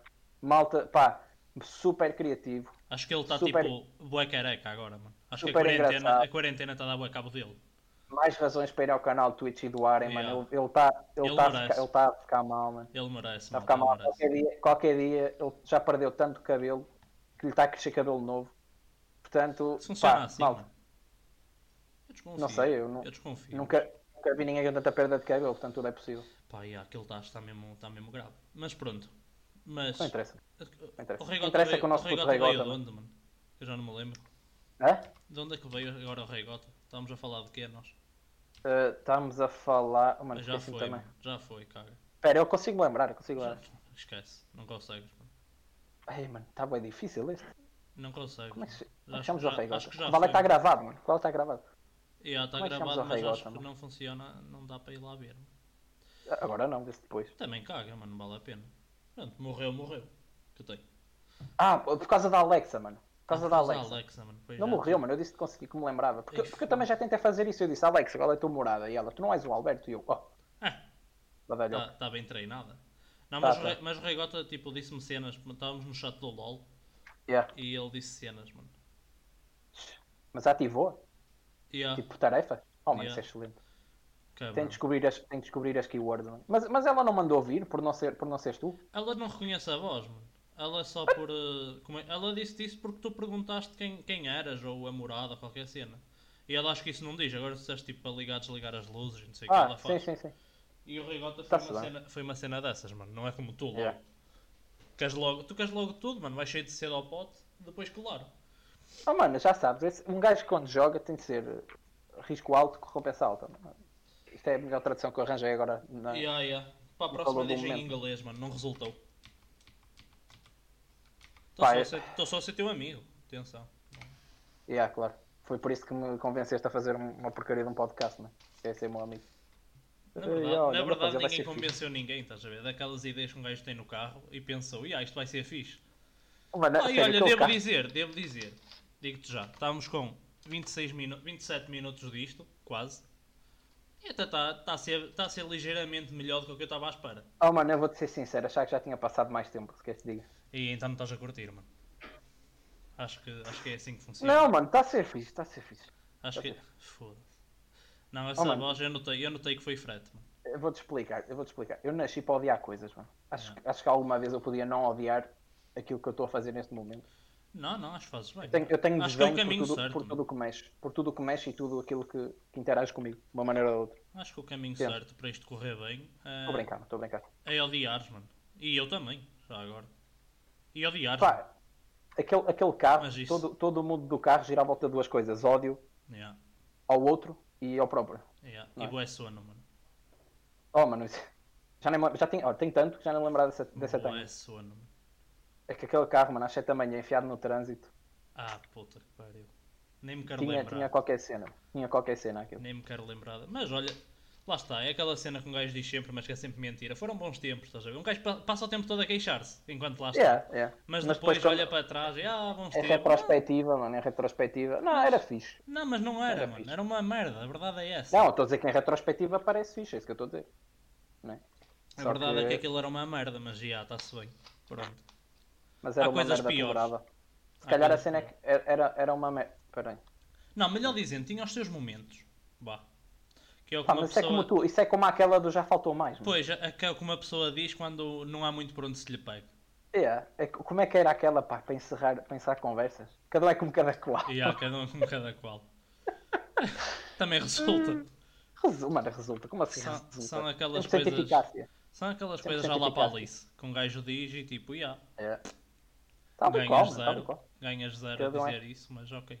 Malta, pá, super criativo.
Acho que ele está
Super-
tipo bué careca agora, mano. Acho que a
Super
quarentena,
engraçado.
a quarentena está a dar bué cabo dele.
Mais razões para ir ao canal Twitch e doarem,
Yeah.
mano. Ele- Ele está
Ele
ele tá a
merece.
ficar- ele tá a ficar mal, mano.
Ele merece,
Está
mano.
a ficar mal.
ele merece.
Qualquer dia, qualquer dia ele já perdeu tanto cabelo que lhe está a crescer cabelo novo. Portanto,
Funciona
pá,
assim,
malta,
mano. Eu Desconfio.
Não sei, eu, não,
Eu desconfio.
nunca, nunca vi ninguém com tanta perda de cabelo, portanto tudo é possível.
Pá, e aquele está, está, mesmo, está mesmo grave. Mas pronto. Mas. eh,
Não interessa. interessa.
O Reigoto
Interessa
veio,
que o nosso
o Reigoto
puto
veio de
Reigoto-
onde, mano? Eu já não me lembro.
Hã?
De onde é que veio agora o Rei Gota? Estávamos a falar de quê nós?
Eh, estamos a falar. oh, Mano,
já
esqueci
foi,
também.
mano. já foi, caga.
Espera, eu consigo lembrar, eu consigo
Já-
lembrar.
Esquece, não consegues, mano.
Ai, mano, está bem difícil este.
Não consegues.
Como é que se como é
Acho
que
que
chamamos
já-
o Rei
acho
Gota?
que já
Vale
foi,
está
mano.
gravado, mano. Qual está gravado?
Yeah, está
Como é que
tá gravado,
chamamos o
mas
Rei
acho
Gota,
que
mano?
não funciona, não dá para ir lá ver. mano.
Ah, Agora não, vê-se depois.
Também caga, mano, não vale a pena. Pronto, morreu, morreu. Que tem.
Ah, por causa da Alexa, mano. Por causa da Alexa.
mano. Pois
Não
já.
morreu, mano. Eu disse que consegui, que me lembrava. Porque,
Ei,
porque eu também já tentei fazer isso. Eu disse, Alexa, qual é a tua morada? E ela, tu não és o Alberto? E eu, "Oh, ó.
Ah.
badalhão.
Está bem treinada. Não,
Tá,
mas, o
tá.
Rei- mas o Rei Gota, tipo, disse-me cenas. Estávamos no chat do LOL
Yeah.
e ele disse cenas, mano.
Mas ativou,
Yeah,
tipo, tarefa. Oh, mano,
Ah. Yeah.
isso é excelente.
que é,
Tem
mano.
de descobrir as, tem de descobrir as keywords, mano. Mas, mas ela não mandou vir por não, ser, por não seres tu?
Ela não reconhece a voz, mano. Ela só por. eh, como é- Ela disse isso porque tu perguntaste quem, quem eras ou a morada, qualquer cena. E ela acho que isso não diz. Agora disseste tipo para ligar, desligar as luzes, e não sei o que
Ah,
ela
sim,
faz.
sim, sim.
E o Rigota foi,
Tá-se
uma
bem.
cena, foi uma cena dessas, mano. Não é como tu, logo.
Yeah.
Queres logo. Tu queres logo tudo, mano. Vais cheio de cedo ao pote, depois claro.
Oh, mano, já sabes. esse- um gajo que quando joga tem de ser eh, risco alto, recompensa alta. mano. Isto é a melhor tradução que eu arranjei agora. Na...
Yeah, yeah. Para a
Não
próxima
Ah. falou do
diz em
momento.
inglês, mano. Não resultou. Estou
Pá, é-
só, a
eu-
ser- tô só a ser teu amigo. Atenção.
Yeah, claro. Foi por isso que me convenceste a fazer um- uma porcaria de um podcast, né? é? ser meu amigo.
Na
Ei,
verdade,
olha,
na
vou
verdade
fazer, vai
ninguém
ser fixe.
convenceu ninguém, estás a ver? Daquelas ideias que um gajo tem no carro e pensou, "Ia, isto vai ser fixe.
Mano,
Ah, e
sério,
olha,
aquele
devo
carro-
dizer, devo dizer, digo-te já, estávamos com 26 minu 27 minutos disto, quase. E até está tá a, ser- tá a ser ligeiramente melhor do que o que eu estava à espera.
Oh, mano, eu vou-te ser sincero, achava que já tinha passado mais tempo, se queres que te diga.
E então não estás a curtir, mano. Acho que, acho que é assim que funciona.
Não, mano, está a ser fixe, está a ser fixe.
Acho que. Foda-se. Não, essa
Oh, mano.
voz eu notei, eu notei que foi frete, mano.
Eu vou-te explicar, eu vou-te explicar. Eu nasci para odiar coisas, mano. Acho, que- acho que alguma vez eu podia não odiar aquilo que eu estou a fazer neste momento.
Não, não, acho que fazes bem.
Eu tenho, eu tenho
acho que é o
desdenho
caminho
por, tudo,
certo.
por
mano.
tudo o que mexe. Por tudo o que mexe e tudo aquilo que, que interage comigo, de uma maneira ou de outra.
Acho que o caminho
Entendo.
certo para isto correr bem
Estou a
é,
brincar, estou a brincar.
é odiares, mano. E eu também, já agora. E odiares. mano.
Pá, aquele, aquele carro,
Mas isso-
todo, todo o mundo do carro gira à volta de duas coisas: ódio
Yeah,
ao outro e ao próprio.
yeah.
Não
E
é?
boé sono, mano.
Oh, mano, isso- já, nem, me lembro- já tem, tem tanto que já não lembrar dessa, dessa
Boé
tanque.
sono, mano.
É que aquele carro, mano, às 7 da manhã, enfiado no trânsito,
Ah, puta que pariu. Nem me quero
tinha,
lembrar.
tinha qualquer cena. Tinha qualquer cena aquilo.
Nem me quero lembrar. Mas olha, lá está. É aquela cena que um gajo diz sempre, mas que é sempre mentira. Foram bons tempos, estás a ver? Um gajo pa- passa o tempo todo a queixar-se enquanto lá está.
Yeah, yeah.
Mas, depois,
quando-
olha para trás e ah, bons
É
tempos.
retrospectiva, mano, é retrospectiva. Não, era fixe.
Ah, Não, mas não era,
Era
mano.
fixe.
Era uma merda. A verdade é essa.
Não, estou a dizer que em retrospectiva parece fixe, é isso que eu estou a dizer. Não é?
a
Só
verdade é que aquilo era uma merda, mas já está-se bem. Pronto.
Mas era
há
uma
coisas
merda
piores.
tolerável. Se
Há
calhar a
coisas
cena é que era- era, era uma merda. Peraí.
Não, melhor dizendo, tinha os seus momentos. Vá. Que é o que
Pá,
uma
mas isso é
pessoa...
como tu, isso é como aquela do já faltou mais, mano.
Pois, é que é o que uma pessoa diz quando não há muito por onde se lhe pegue.
É, é que- como é que era aquela pá, para encerrar, para encerrar conversas? Cada um é como cada qual.
E há cada um como cada qual. Também resulta.
Resu- mano, resulta, como assim
São-
resulta?
são aquelas
Tem que ter
coisas-
eficácia.
São aquelas
Sempre
coisas já lá para a
sentificado.
Alice. Que um gajo diz e tipo, já.
É. Tal e
ganhas
qual, mano, tal
zero.
e qual.
Ganhas zero
Cada um
a
é-
dizer isso, mas ok.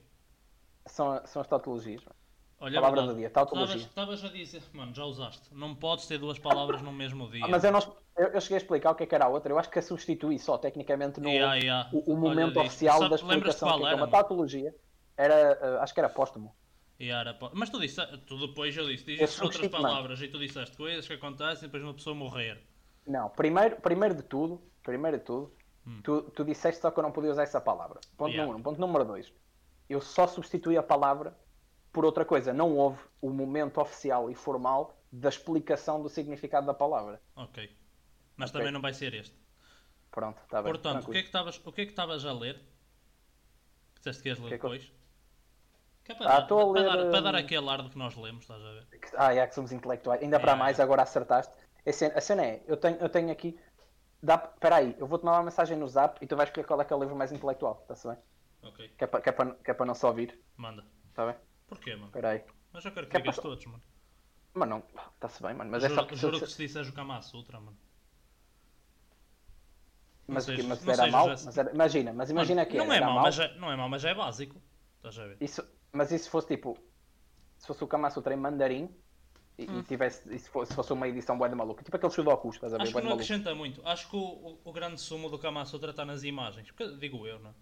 São, são as tautologias. mano.
Olha,
Palavra
verdade,
do dia, tautologia.
estavas- Estavas a dizer, mano, já usaste. Não podes ter duas palavras no mesmo dia.
Ah, mas eu, não, eu, eu cheguei a explicar o que é que era a outra. Eu acho que a substituí só, tecnicamente, no,
Yeah, yeah.
O, o
Olha
momento
disto.
oficial
Sabe-
da
lembras-te
explicação.
qual
o que é que é
era,
uma
mano?
tautologia era, ah, acho que era póstumo.
E era pa- Mas tu disseste, tu depois eu disse,
Eu
dizes
sou um
outras
chique, mano.
palavras e tu disseste coisas que acontecem depois uma pessoa morrer.
Não, primeiro, primeiro de tudo, primeiro de tudo, tu, tu disseste só que eu não podia usar essa palavra. Ponto
Hum. Yeah.
número um. Ponto número dois. Eu só substituí a palavra por outra coisa. Não houve o momento oficial e formal da explicação do significado da palavra.
Ok. Mas
Ok.
também não vai ser este.
Pronto, está bem.
Portanto, o que é
tranquilo.
que estavas, o que é que estavas a ler? Que disseste que ias ler
O que é que eu-
depois? Que é para,
Ah,
dar,
estou a
para
ler,
dar- para
hum,
dar aquele ar de que nós lemos, estás a ver?
Que- Ah, é que somos intelectuais. Ainda para
Yeah,
mais, agora acertaste. A cena, a cena é, eu tenho, eu tenho aqui... Dá, peraí, eu vou te mandar uma mensagem no zap e tu vais escolher qual é que é o livro mais intelectual, está-se bem?
Ok,
Que é para que é pa- que é pa não só ouvir,
manda.
está bem?
Porquê, mano?
Espera aí.
Mas eu quero que,
Que é
digas
para-
todos, mano.
Mano, não, está-se bem, mano. Mas é só
juro,
que.
juro
se-
que se disseste o Kama Sutra, mano. não
mas o quê?
sejas-
Mas
não
era
sejas
mau?
assim.
Mas era- imagina, mas imagina
Mano,
que
não
era,
é
era
mau,
mau.
mas é, não é mau, mas é básico. Estás a ver?
Isso, mas e se fosse tipo. Se fosse o Kama Sutra em mandarim e, e
Hum.
tivesse. E se fosse, se fosse uma edição boa de maluca. Tipo aquele Sudoku, estás a ver?
Acho que
Bué de
não
maluco.
acrescenta muito. Acho que o, o- o grande sumo do Kama Sutra está nas imagens. Porque, digo eu, não é?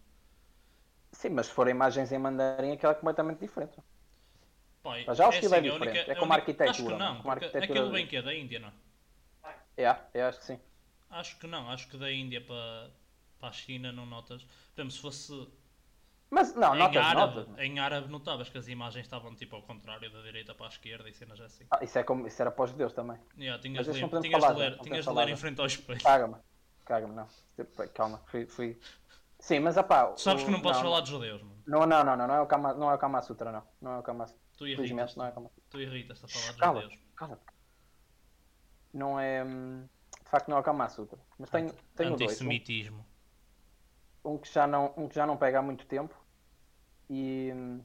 Sim, mas se forem imagens em mandarim, aquilo é completamente diferente.
Pá, assim,
Mas já o estilo é
a
diferente, é
a
como a arquitetura,
Acho que não,
mano, como a
porque
arquitetura
aquilo
do-
bem que é da Índia, não é?
É, é, acho que sim.
Acho que não, acho que da Índia para, para a China não notas. Por exemplo, se fosse
Mas não,
É em,
Ah, notas,
árabe,
notas.
em árabe notavas que as imagens estavam tipo ao contrário, da direita para a esquerda e cenas assim.
Ah, isso, é como, isso era para os judeus também.
Yeah, tinhas
Mas isso
de
não
ler,
podemos
tinhas
falar,
de ler,
não
tinhas
podemos
de ler em
falar.
frente ao espelho.
Caga-me, caga-me, não. Tipo, Calma, fui, fui. Sim, mas apá.
Tu sabes
o-
que não podes
não,
falar de judeus, mano.
Não, não, não, não, não é o Kama, não é o Kama Sutra, não. Não é o Kama Sutra.
Tu
Infelizmente
irritas.
não é o Kama Sutra.
Tu irritas a falar de
Cala-te,
judeus.
cala-te. Não é. hum, De facto, não é o Kama Sutra. Mas tenho, tenho dois. Um,
Antissemitismo.
um que já não, um que já não pega há muito tempo e, hum,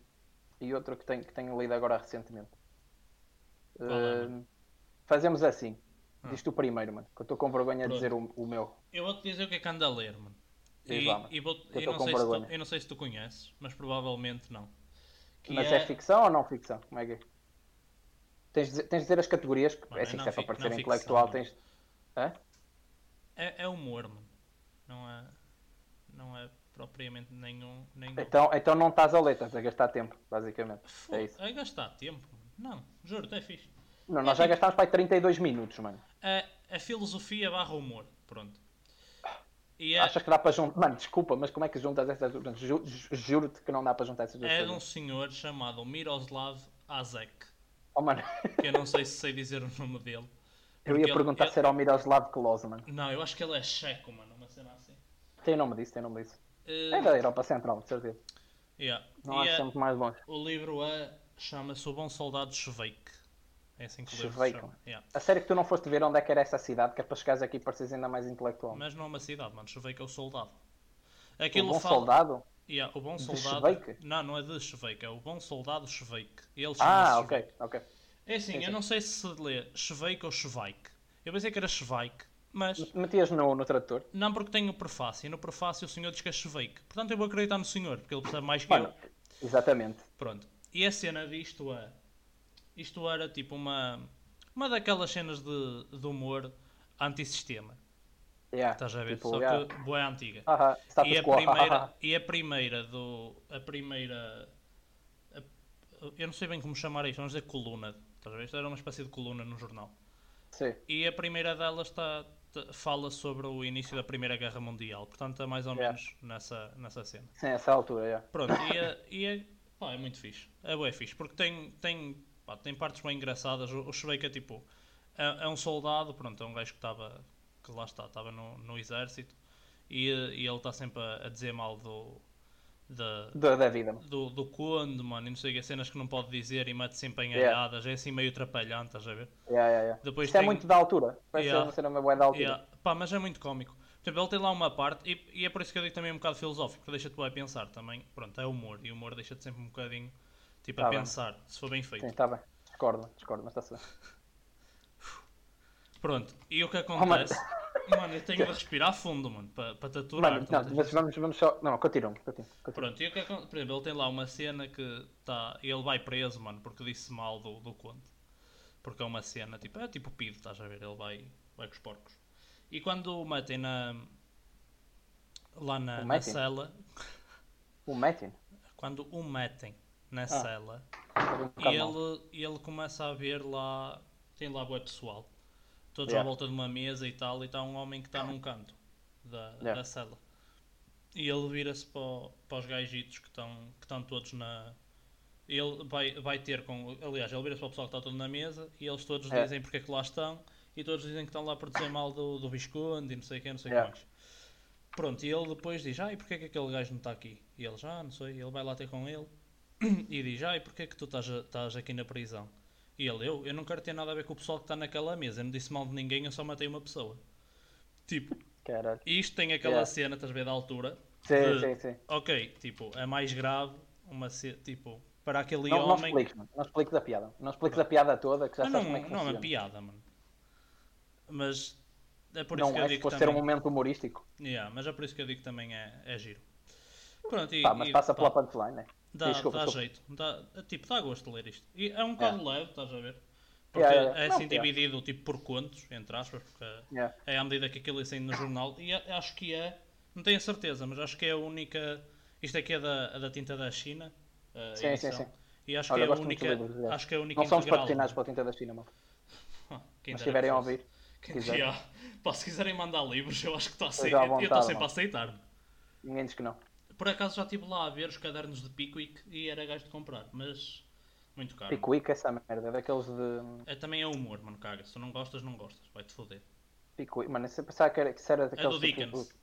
e outro que tenho, que tenho lido agora recentemente.
Qual é,
Hum, fazemos assim.
Ah.
Diz-te o primeiro, mano. Que eu estou com vergonha
Pronto.
de dizer o, o meu.
Eu vou-te dizer o que é que ando a ler, mano.
Diz
e,
lá, mano.
e vou-
Eu
e
tô
não
com
sei se tu-
vergonha.
eu não sei se tu conheces, mas provavelmente não. Que
Mas é... ficção ou não ficção? Como é que é? Tens de dizer, tens de dizer as categorias, que
Mano,
é
é
assim,
não
se é para
fic-
parecer
não
intelectual,
ficção,
tens. Hã?
é, é humor, mano. Não é, não é propriamente nenhum. nenhum...
Então, então não estás a ler, estás a gastar tempo, basicamente.
Fo-
É isso.
é gastar tempo, mano. Não, juro, é fixe.
Não, nós já
tipo-
gastámos para aí 32 minutos, mano.
É, é filosofia barra humor, pronto. E é,
Achas que dá para juntar? Mano, desculpa, mas como é que juntas essas duas? coisas? Ju- ju- Juro-te que não dá para juntar essas duas
é de um
coisas.
senhor chamado Miroslav Azek.
Oh, mano,
Que eu não sei se sei dizer o nome dele.
eu
Porque
ia
ele-
perguntar
ele-
se era o Miroslav Klose, mano.
Não, eu acho que ele é checo, mano, uma cena assim.
Tem nome disso, tem nome disso.
Eh,
É da Europa Central, de certeza.
yeah.
Não
E
acho
é-
sempre mais longe.
O livro é, chama-se O Bom Soldado Schweik. É assim que o livro se
Schweik,
chama.
mano.
Yeah.
A sério que tu não foste ver onde é que era essa cidade, que é para chegares aqui e pareceres ainda mais intelectual.
Mas não é uma cidade, mano. Schweik é o soldado.
Um
Aquilo
bom
fala...
soldado?
Yeah, o bom
De
soldado...
Schweik?
Não, não é de Schweik. É o Bom Soldado Schweik. Ele
Ah,
chama-se Schweik.
ok, ok.
É assim,
Sim,
eu
sim.
não sei se se lê Schweik ou Schweik. Eu pensei que era Schweik, mas...
Metias no, no tradutor?
Não porque tem o prefácio. E no prefácio o senhor diz que é Schweik. Portanto, eu vou acreditar no senhor, porque ele percebe mais que
Mano,
eu.
exatamente.
Pronto. E a cena disto é. Isto era tipo uma. Uma daquelas cenas de, de humor antissistema.
Yeah.
Estás a ver?
Tipo,
Só
yeah. Ah,
que boa antiga.
Haha, status
e, a
quo,
primeira,
haha.
e a primeira do. A primeira. a- eu não sei bem como chamar isto, vamos dizer coluna. Estás a ver? Isto era uma espécie de coluna no jornal.
Sim.
E a primeira delas está, t- fala sobre o início da Primeira Guerra Mundial. Portanto, é mais ou
Yeah.
menos nessa, nessa cena.
Sim, essa altura, yeah.
Pronto, e é, e é, pá, é muito fixe. É bué fixe, porque tem, tem, pá, tem partes bem engraçadas. O, o Schweik é tipo, é, é um soldado, pronto, é um gajo que estava, que lá está, estava no, no exército, e, eh, e ele está sempre a, a dizer mal do, da,
Da, da vida. mano.
do, do conde, mano, e não sei o que, cenas que não pode dizer, e mete sempre em
Yeah.
alhadas, é assim meio atrapalhante, estás a ver?
Yeah, yeah, yeah.
Depois
Isto é
tem-
muito da altura. Parece
Yeah.
yeah. ser uma boa da altura.
Yeah. Pá, mas é muito cómico. Por exemplo, ele tem lá uma parte, e, e é por isso que eu digo também um bocado filosófico, porque deixa-te bem a pensar também. Pronto, é humor, e o humor deixa-te sempre um bocadinho tipo, a
Tá bem.
pensar, se for bem feito.
Sim, está bem. Discordo, discordo, mas está-se bem.
Pronto, e o que
Oh,
acontece? mano, eu tenho de respirar fundo, mano, para pa te aturar.
Mano,
estás a
não,
ver?
mas vamos, vamos só. Não, continuam, continuam. continuam.
Pronto, e o que acontece? Por exemplo, ele tem lá uma cena que tá, ele vai preso, mano, porque disse mal do, do conde. Porque é uma cena, tipo, é tipo pido, estás a ver? Ele vai, vai com os porcos. E quando o metem na. lá na,
O
na
metem?
cela,
O Metin.
quando o metem na
Ah,
cela,
Era um
e
bocado mal.
ele, ele começa a ver lá, tem lá web pessoal, todos à
Yeah.
volta de uma mesa e tal, e está um homem que está num canto da,
Yeah.
da cela. E ele vira-se para, o- para os gajitos que estão, que estão todos na. Ele vai, vai ter com. Aliás, ele vira-se para o pessoal que está todo na mesa e eles todos
Yeah.
dizem porque é que lá estão e todos dizem que estão lá por dizer mal do, do Visconde e não sei o que, não sei o
Yeah.
que mais. Pronto, e ele depois diz, ah, e porquê é que aquele gajo não está aqui? E ele já, não sei, ele vai lá ter com ele e diz, ah, e porquê é que tu estás, a- estás aqui na prisão? E ele, eu, eu não quero ter nada a ver com o pessoal que está naquela mesa, eu não disse mal de ninguém, eu só matei uma pessoa. Tipo,
Caralho.
e isto tem aquela
Yeah.
cena, estás a ver, da altura,
Sim,
de-
sim, sim.
ok, tipo, é mais grave, uma ce- tipo, para aquele
Não, não
homem.
expliques, mano. Não expliques a piada. Não expliques a piada toda, que já
Mas
sabes
não,
como é que
não é
funciona.
uma piada, mano. Mas é por isso
Não
que eu
é
digo
suposto
também.
ser um momento humorístico.
Yeah, mas é por isso que eu digo que também é, é giro. Pronto, e,
Pá, mas
e,
passa
pá,
pela punchline, né?
dá,
Desculpa,
dá
desculpa.
jeito. Dá, tipo, dá gosto de ler isto. E é um bocado leve, estás a ver? Porque
Yeah, yeah, yeah.
é
Não,
assim
yeah.
dividido tipo por contos, entre aspas, porque
Yeah.
é à medida que aquilo é saindo no jornal. E a- acho que é, não tenho a certeza, mas acho que é a única. Isto aqui é da, é da tinta da China. a
Sim, sim,
edição.
sim.
E acho
Olha,
que é a
gosto muito
única.
de livros deles.
Acho que é a única
Não somos
integral.
patrocinados pela tinta da China, mano.
Quem
Mas
dera que
se estiverem a
fosse.
ouvir,
Quem-
quiserem.
Yeah. Pá, se quiserem mandar livros, eu acho que estou a
Seja à
aceitar. Eu estou
vontade,
sempre a
mano.
aceitar.
ninguém diz que não.
Por acaso já estive lá a ver os cadernos de Pickwick e era gajo de comprar, mas muito caro.
Pickwick, essa merda, é daqueles de.
É, também é humor, mano, caga. Se tu não gostas, não gostas. Vai-te foder.
Pickwick. Mano, eu sempre pensava que era, que isso era
É do
daqueles. tipo
Dickens.
de-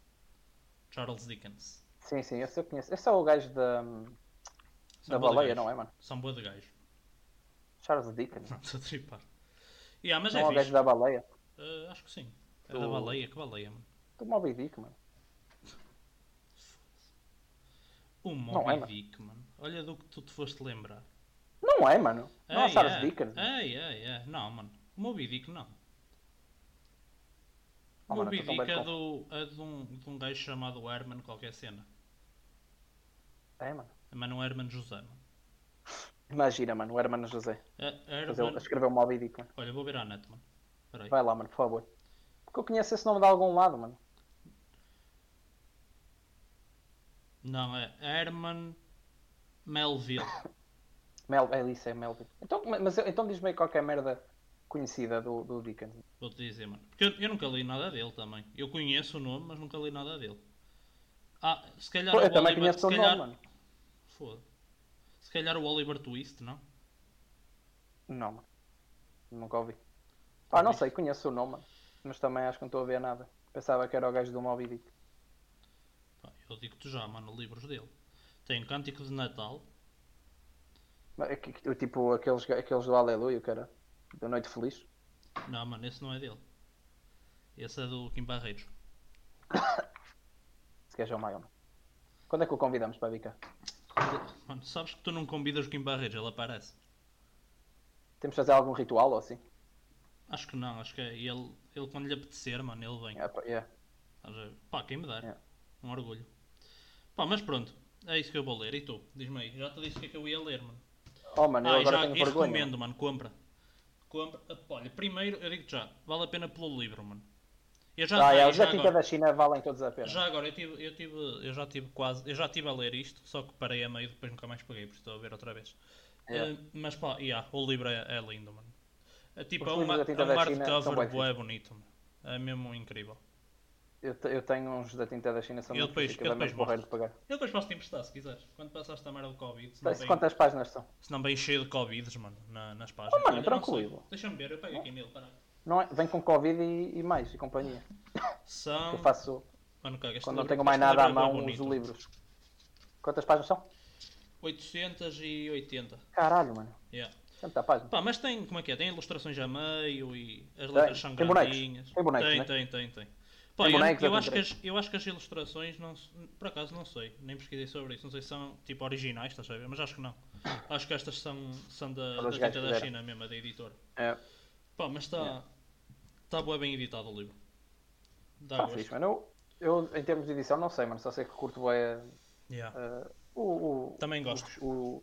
Charles Dickens.
Sim, sim, eu sei conheço. Esse é o gajo da, da
São bué de
baleia,
gajos.
não é, mano?
São boa de gajo.
Charles Dickens.
Não, estou a tripar. Yeah, mas
Não
é
é o
fixe.
gajo da baleia.
Ah, acho que sim. É
Do-
da baleia, que baleia, mano.
Do Moby Dick, mano.
O
é,
Moby
mano.
Dick, mano. Olha do que tu te foste lembrar.
Não é, mano. Não é o
Ei,
Charles
é.
Dickens. mano.
Ei, ei, ei. Não, mano. O Moby Dick não.
Oh,
O
mano,
Moby
eu tô
Dick
bem
é,
com-
do, é de, um, de um gajo chamado Herman qualquer cena.
É, mano.
Mas não é Herman José, mano.
Imagina, mano, o Hermano José.
É
Fazer-
Herman...
Escreveu Moby Dick, mano.
Olha, vou ver a net, mano. Peraí.
Vai lá, mano, por favor. Porque eu conheço esse nome de algum lado, mano.
Não, é Herman Melville.
Mel, é isso, é Melvin. Então, mas, então diz-me aí qualquer merda conhecida do, do Dickens.
Vou-te dizer, mano. Porque eu, eu nunca li nada dele também. Eu conheço o nome, mas nunca li nada dele. Ah, se calhar
Pô,
o
eu também
Oliver...
conheço
se
o nome,
calhar...
mano.
Foda. Se calhar o Oliver Twist, não?
Não, mano. Nunca ouvi. Pá, não
Ouviste?
sei, conheço o nome, mano. Mas também acho que não estou a ver nada. Pensava que era o gajo do Moby Dick.
Pá, eu digo-te já, mano, livros dele. Tem Cântico de Natal.
Mas é que- que- Tipo aqueles, ga- aqueles do Aleluia, que era. Da Noite Feliz.
Não, mano, esse não é dele. Esse é do Kim Barreiros.
Se queres é o maior, mano. Quando é que o convidamos para vir cá?
Mano, sabes que tu não convidas o Kim Barreiros, ele aparece.
Temos de fazer algum ritual ou assim?
Acho que não, acho que é ele, ele quando lhe apetecer, mano, ele vem.
É, pá, é.
Estás a ver? Pá, quem me der.
Yeah.
Um orgulho. Pá, mas pronto. É isso que eu vou ler. E tu? Diz-me aí. Já te disse o que é que eu ia ler, mano.
Oh, mano, eu
ah, e
agora
já
tenho
e
vergonha.
recomendo, mano. Compra. Compra. Ah, Olha, primeiro, eu digo já. Vale a pena pelo livro, mano. Eu já,
Ah,
tenho,
é, os
já
da tinta
agora,
da China valem todos a pena.
já agora, eu, tive, eu, tive, eu já tive quase... Eu já estive a ler isto, só que parei a meio e depois nunca mais peguei, por isso estou a ver outra vez.
Yeah.
Ah, mas pá, yeah, o livro é, é lindo, mano. É tipo,
Os
é um,
livros da
é
tinta
um
da China são
hardcover bué
bué
bonito, mano. É mesmo incrível.
Eu, te- eu tenho uns da tinta da China, são
Eu
muito
depois-
difíceis,
eu
é mesmo
depois
borreiro de pagar.
Eu depois posso te emprestar se quiseres. Quando passaste a merda do Covid, se não,
Mas
Tá bem,
Quantas páginas são?
se não bem cheio de Covids, mano, na- nas páginas.
Oh, mano,
não
tranquilo.
sei. Deixa-me ver, eu pego aqui nele, peraí.
Não é? Vem com Covid e, e mais, e companhia.
São.
Eu faço,
Mano, caga, este
quando não
livro-
tenho mais
este
nada à
livro é bué
mão, uso
bonito.
livros. Quantas páginas são?
880.
Caralho, mano.
Yeah.
Tanta página.
Pá, mas tem, como é que é? Tem ilustrações a meio e as
Tem.
letras são
Tem bonecos.
grandinhas.
Tem bonecos,
tem,
né?
tem, tem, tem. Pá,
Tem
eu,
bonecos,
eu
é
acho que
bonito.
as, eu acho que as ilustrações, não, se- por acaso não sei, nem pesquisei sobre isso, não sei se são tipo originais, estás a ver? Mas acho que não. Acho que estas são, são da, da
Todas
tinta
gajos
da
fizeram.
China mesmo, da editora.
É,
Pá, mas está. Está bué bem editado o livro. Dá
tá
gosto.
fixe, mano. Eu, eu, em termos de edição, não sei, mano. Só sei que curto bem
Yeah.
o, o-
Também gosto.
os, o-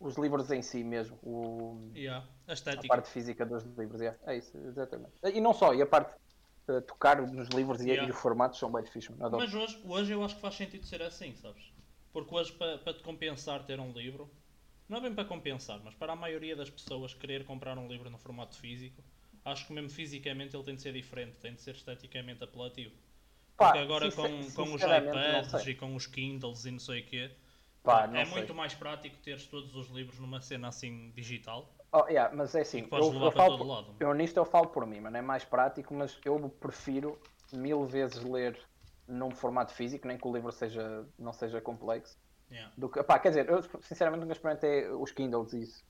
os livros em si mesmo. O,
Yeah. A
É. a
estética.
parte física dos livros, é. É isso, exatamente. E não só, e a parte de tocar nos livros e,
Yeah.
e os formatos são bem fixe, mano. Adoro.
Mas hoje, hoje eu acho que faz sentido ser assim, sabes? Porque hoje, para te compensar ter um livro, não é bem para compensar, mas para a maioria das pessoas querer comprar um livro no formato físico, acho que mesmo fisicamente ele tem de ser diferente, tem de ser esteticamente apelativo.
Pá,
Porque agora
sincer-
com, com os
sinceramente, não
iPads
sei.
e com os Kindles e não sei o quê,
Pá, não
é
sei.
muito mais prático teres todos os livros numa cena assim digital.
Oh, yeah, mas é
E
assim,
que podes
eu,
levar
eu,
para
falo
todo
por-
lado.
eu nisto eu falo por mim, mano, é mais prático, mas eu prefiro mil vezes ler num formato físico, nem que o livro seja, não seja complexo,
Yeah.
do que, pá, quer dizer, eu sinceramente nunca experimentei é os Kindles e isso.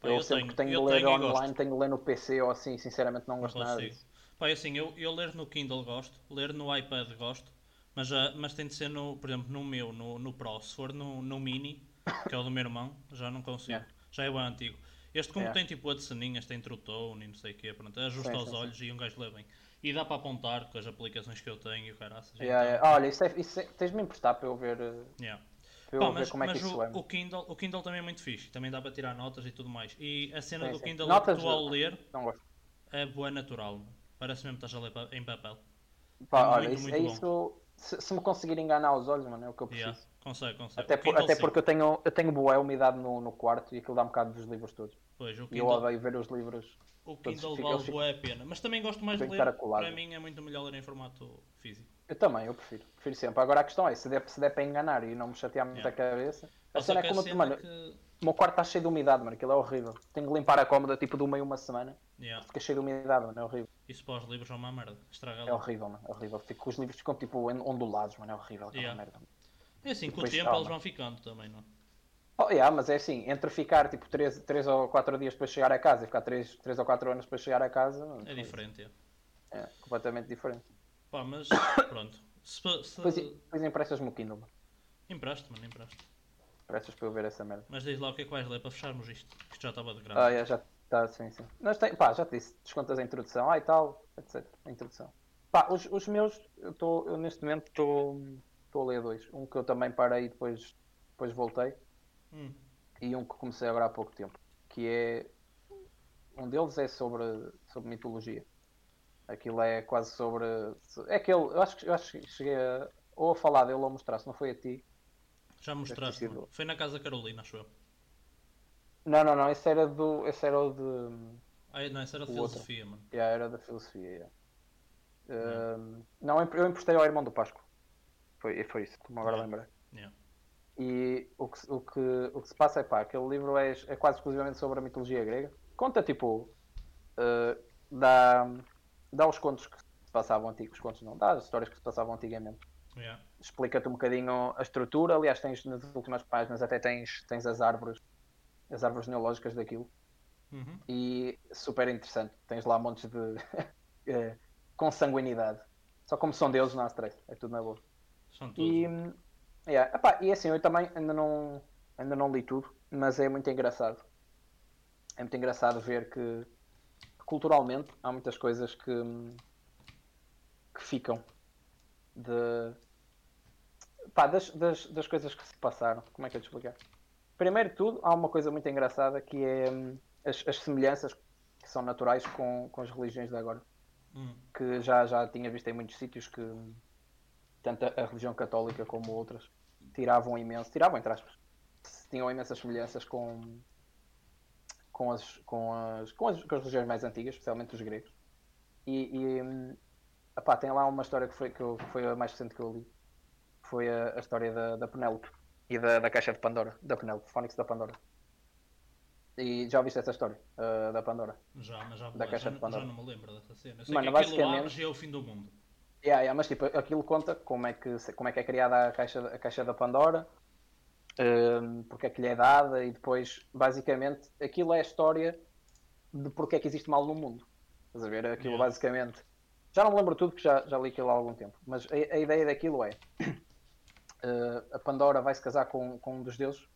Pá,
eu,
eu
sempre
tenho-
que tenho de
eu
ler
tenho e
online,
gosto.
tenho de ler no PC ou assim, sinceramente não gosto nada
Consigo.
disso.
Pá, é assim, eu, eu ler no Kindle gosto, ler no iPad gosto, mas, ah, mas tem de ser, no, por exemplo, no meu, no, no Pro. Se for no, no Mini, que é o do meu irmão, já não consigo.
Yeah.
Já é o antigo. Este como
Yeah.
tem tipo a de ceninhas, tem trutone e não sei o quê, pronto, ajusta
Sim,
aos
sim,
olhos e um gajo lê bem. E dá para apontar com as aplicações que eu tenho e o caraças.
Yeah,
então,
yeah. Olha, isso é, isso é- tens-me emprestar para eu ver, eh,
yeah.
para eu
Pá,
ver
mas
como é que
mas
isso
o,
é.
o Kindle, o Kindle também é muito fixe, também dá para tirar notas e tudo mais. E a cena
Sim,
do
sim.
Kindle é
Notas
que tu ao
do-
ler
Não gosto.
é boa natural. mano. Parece mesmo que estás a ler pa- em papel.
Pá,
É
olha,
muito,
isso,
muito
é
bom.
isso. Se, se me conseguir enganar os olhos, mano, é o que eu preciso.
Yeah. Consegue, consegue.
Até,
O
por-
Kindle,
até
sim.
porque eu tenho, eu tenho boa umidade no, no quarto e aquilo dá um bocado dos livros todos.
Pois, o
E eu
Kindle,
odeio ver os livros.
o
todos
Kindle
ficam-
vale
ficam-
boa a pena. Mas também gosto mais de
ficam
ler.
encaracolado.
Para mim é muito melhor ler em formato físico.
Eu também, eu prefiro. Prefiro sempre. Agora a questão é, se der, se der para enganar e não me chatear muito
Yeah.
a cabeça. A
Ou só
cena é
que a
como eu-
cena
mano,
que...
o meu quarto está cheio de umidade, mano, aquilo é horrível. Tenho que limpar a cómoda tipo de uma em uma semana.
Yeah.
Fica cheio de umidade, mano, é horrível.
Isso para os livros é uma merda. Estraga
É
logo.
horrível, mano, é horrível. Fico, os livros ficam tipo on- ondulados, mano, é horrível aquela
Yeah.
merda.
É assim, com o
Depois
tempo
calma.
eles vão ficando também, não? é?
Oh, yeah, mas é assim, entre ficar tipo 3, três ou 4 dias para chegar a casa e ficar 3, três ou 4 anos para chegar a casa, mano,
É diferente, é.
é completamente diferente.
Pá, mas pronto. Se, se...
Depois, depois emprestas-me o Kindle, mano.
Empreste, mano, empreste.
Emprestas para eu ver essa merda.
Mas diz lá o que é que vais ler para fecharmos isto. que Isto já estava de grande.
Ah, yeah, já está, sim, sim. Nós tem, pá, já te disse, descontas a introdução, ah e tal, etc. A introdução. Pá, os, os meus, eu, tô, eu neste momento estou a ler dois. Um que eu também parei e depois, depois voltei,
Hum.
e um que comecei agora há pouco tempo, que é. Um deles é sobre, sobre mitologia. Aquilo é quase sobre. É aquele. Eu acho que, eu acho que cheguei a. Ou a falar dele ou a mostrar, se não foi a ti.
Já mostraste,
sido-
mano. Foi na casa da Carolina, acho eu.
Não, não, não, esse era do. Esse era o de.
Ah, não, isso era de
O outro.
filosofia, mano.
Yeah, É era da filosofia. yeah. Um, não, eu empre- eu emprestei ao irmão do Páscoa. Foi, foi isso, como agora
Yeah.
lembrei.
Yeah.
E o que, se- o, que, o que se passa é pá, aquele livro é, é quase exclusivamente sobre a mitologia grega. Conta tipo. uh, dá, dá os contos que se passavam antigos, os contos não, dá as histórias que se passavam antigamente.
Yeah.
Explica-te um bocadinho a estrutura. Aliás, tens nas últimas páginas até tens, tens as árvores, as árvores neológicas daquilo
Uhum.
e super interessante. Tens lá montes de eh, consanguinidade. Só como são deuses, não há stress. É tudo na boa.
São todos.
E, hum, yeah. Epá, e assim, eu também ainda não, ainda não li tudo, mas é muito engraçado. É muito engraçado ver que culturalmente há muitas coisas que, hum, que ficam de, pá, das, das, das coisas que se passaram. Como é que eu te explicar? Primeiro de tudo, há uma coisa muito engraçada que é hum, as, as semelhanças que são naturais com, com as religiões de agora
Hum.
que já, já tinha visto em muitos sítios que tanto a, a religião católica como outras tiravam imenso, tiravam entre aspas, tinham imensas semelhanças com, com, as, com, as, com, as, com as religiões mais antigas, especialmente os gregos. E, e hum, epá, tem lá uma história que foi, que, eu- que foi a mais recente que eu li, foi a, a história da, da Penélope e da, da caixa de Pandora, da Penélope, Fónix da Pandora. E já ouviste essa história ah, da Pandora?
Já, mas já,
Da
já,
caixa de
já
Pandora.
não me lembro dessa cena. Eu sei
Mano,
que aquilo
basicamente-
auge é o fim do mundo.
Yeah, yeah, mas tipo, aquilo conta como é que, como é, que é criada a caixa, a caixa da Pandora, ehm, porque é que lhe é dada, e depois, basicamente, aquilo é a história de porque é que existe mal no mundo. Estás a ver? Aquilo,
Yeah.
basicamente. Já não me lembro tudo, porque já, já li aquilo há algum tempo, mas a, a ideia daquilo é: eh, a Pandora vai se casar com, com um dos deuses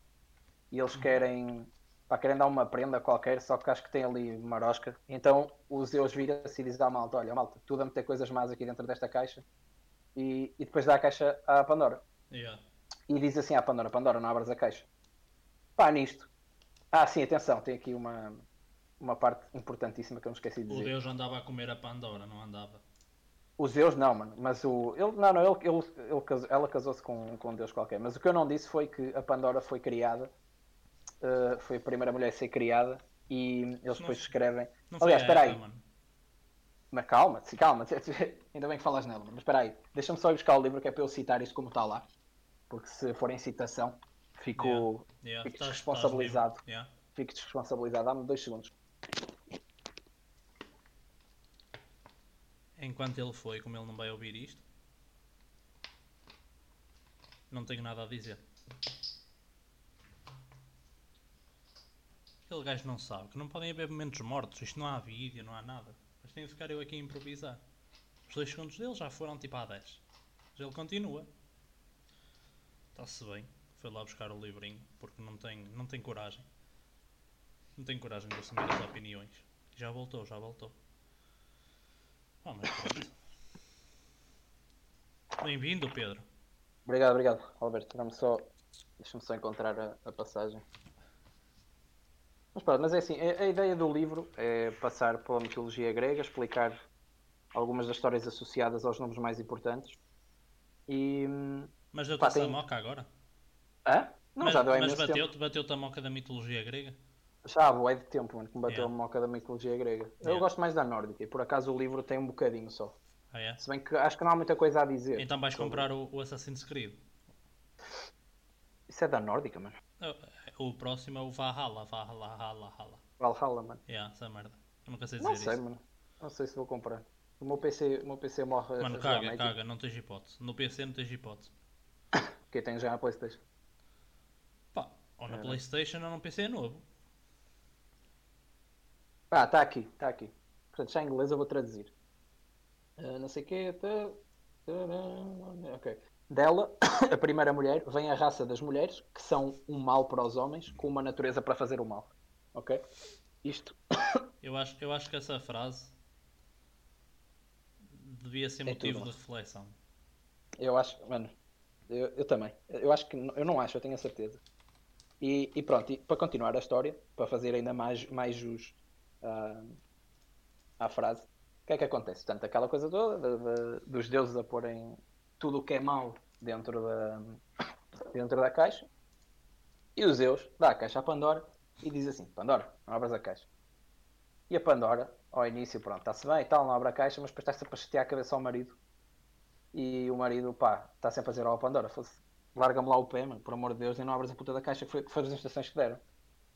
e eles querem. Pá, querem dar uma prenda qualquer, só que acho que tem ali marosca. Então os Zeus vira-se e diz à malta: Olha, malta, tu dá-me ter coisas más aqui dentro desta caixa. E, e depois dá a caixa à Pandora.
Yeah.
E diz assim à Pandora: Pandora, não abras a caixa. Pá, nisto. Ah, sim, atenção, tem aqui uma, uma parte importantíssima que eu me esqueci de
O
dizer.
Deus andava a comer a Pandora, não andava.
Os Zeus não, mano. Mas o. Ele, não, não, ele, ele, ele casou- ela casou-se com, com um Deus qualquer. Mas o que eu não disse foi que a Pandora foi criada. eh, foi a primeira mulher a ser criada. E eles
Isso não-
depois escrevem.
Não foi
Aliás,
a
espera
Eva,
aí.
mano.
Mas calma, se calma. Ainda bem que falas nela. Mas espera aí. Deixa-me só ir buscar o livro que é para eu citar isto como está lá. Porque se for em citação, fico,
Yeah,
fico
estás- estás
responsabilizado.
livre. Yeah.
Fico desresponsabilizado. Dá-me dois segundos.
Enquanto ele foi, como ele não vai ouvir isto, não tenho nada a dizer. Aquele gajo não sabe que não podem haver momentos mortos, isto não há vídeo, não há nada. Mas tenho de ficar eu aqui a improvisar. Os dois segundos dele já foram tipo a 10. Mas ele continua. Está-se bem. Foi lá buscar o livrinho, porque não tem, não tem coragem. Não tem coragem de assumir as opiniões. Já voltou, já voltou. Ah, mas pronto. Bem-vindo, Pedro.
Obrigado, obrigado, Alberto. Deixa-me só, deixa só encontrar a, a passagem. Mas pronto, mas é assim, a, a ideia do livro é passar pela mitologia grega, explicar algumas das histórias associadas aos nomes mais importantes. E. hum,
Mas deu-te
Pá,
essa
tem-
moca agora?
Hã? Não,
mas
já deu há
mas
imenso tempo.
bateu-te bateu a moca da mitologia grega?
Já há bué de tempo, mano, que me bateu
Yeah.
a moca da mitologia grega. Eu
Yeah.
gosto mais da nórdica e por acaso o livro tem um bocadinho só.
Ah, é?
Se bem que acho que não há muita coisa a dizer.
Então vais
sobre-
comprar o, o Assassin's Creed.
Isso é da nórdica, mano.
O, o próximo é o Valhalla, Valhalla, Valhalla, Valhalla.
Valhalla, mano.
Yeah, essa merda. Eu nunca sei dizer
Não sei,
isso.
mano. Não sei se vou comprar. O meu PC, o meu PC morre
Mano, caga,
realmente,
caga, não tens hipótese. No PC não tens hipótese.
porque eu tenho já a Playstation.
Pá, ou na
É.
Playstation ou no PC novo.
Ah, está aqui, está aqui. Portanto, já em inglês eu vou traduzir. Ah, não sei o quê. tá- tará, Ok. Dela, a primeira mulher, vem a raça das mulheres, que são um mal para os homens, com uma natureza para fazer o mal. Ok? Isto
Eu acho, eu acho que essa frase devia ser
É
motivo
tudo.
de reflexão.
Eu acho, mano, eu, eu também. Eu acho que, eu não acho, eu tenho a certeza. E, e pronto, e para continuar a história, para fazer ainda mais, mais jus ah, à frase, o que é que acontece? Portanto, aquela coisa toda de- de- dos deuses a porem tudo o que é mau dentro da, dentro da caixa, e o Zeus dá a caixa à Pandora e diz assim: Pandora, não abras a caixa. E a Pandora, ao início, pronto, está-se bem e tal, não abre a caixa, mas depois está sempre a chatear a cabeça ao marido e o marido, pá, está sempre a dizer ao Pandora, foda-se, larga-me lá o pé, mano, por amor de Deus, e não abras a puta da caixa, que foi, que foram as instruções que deram.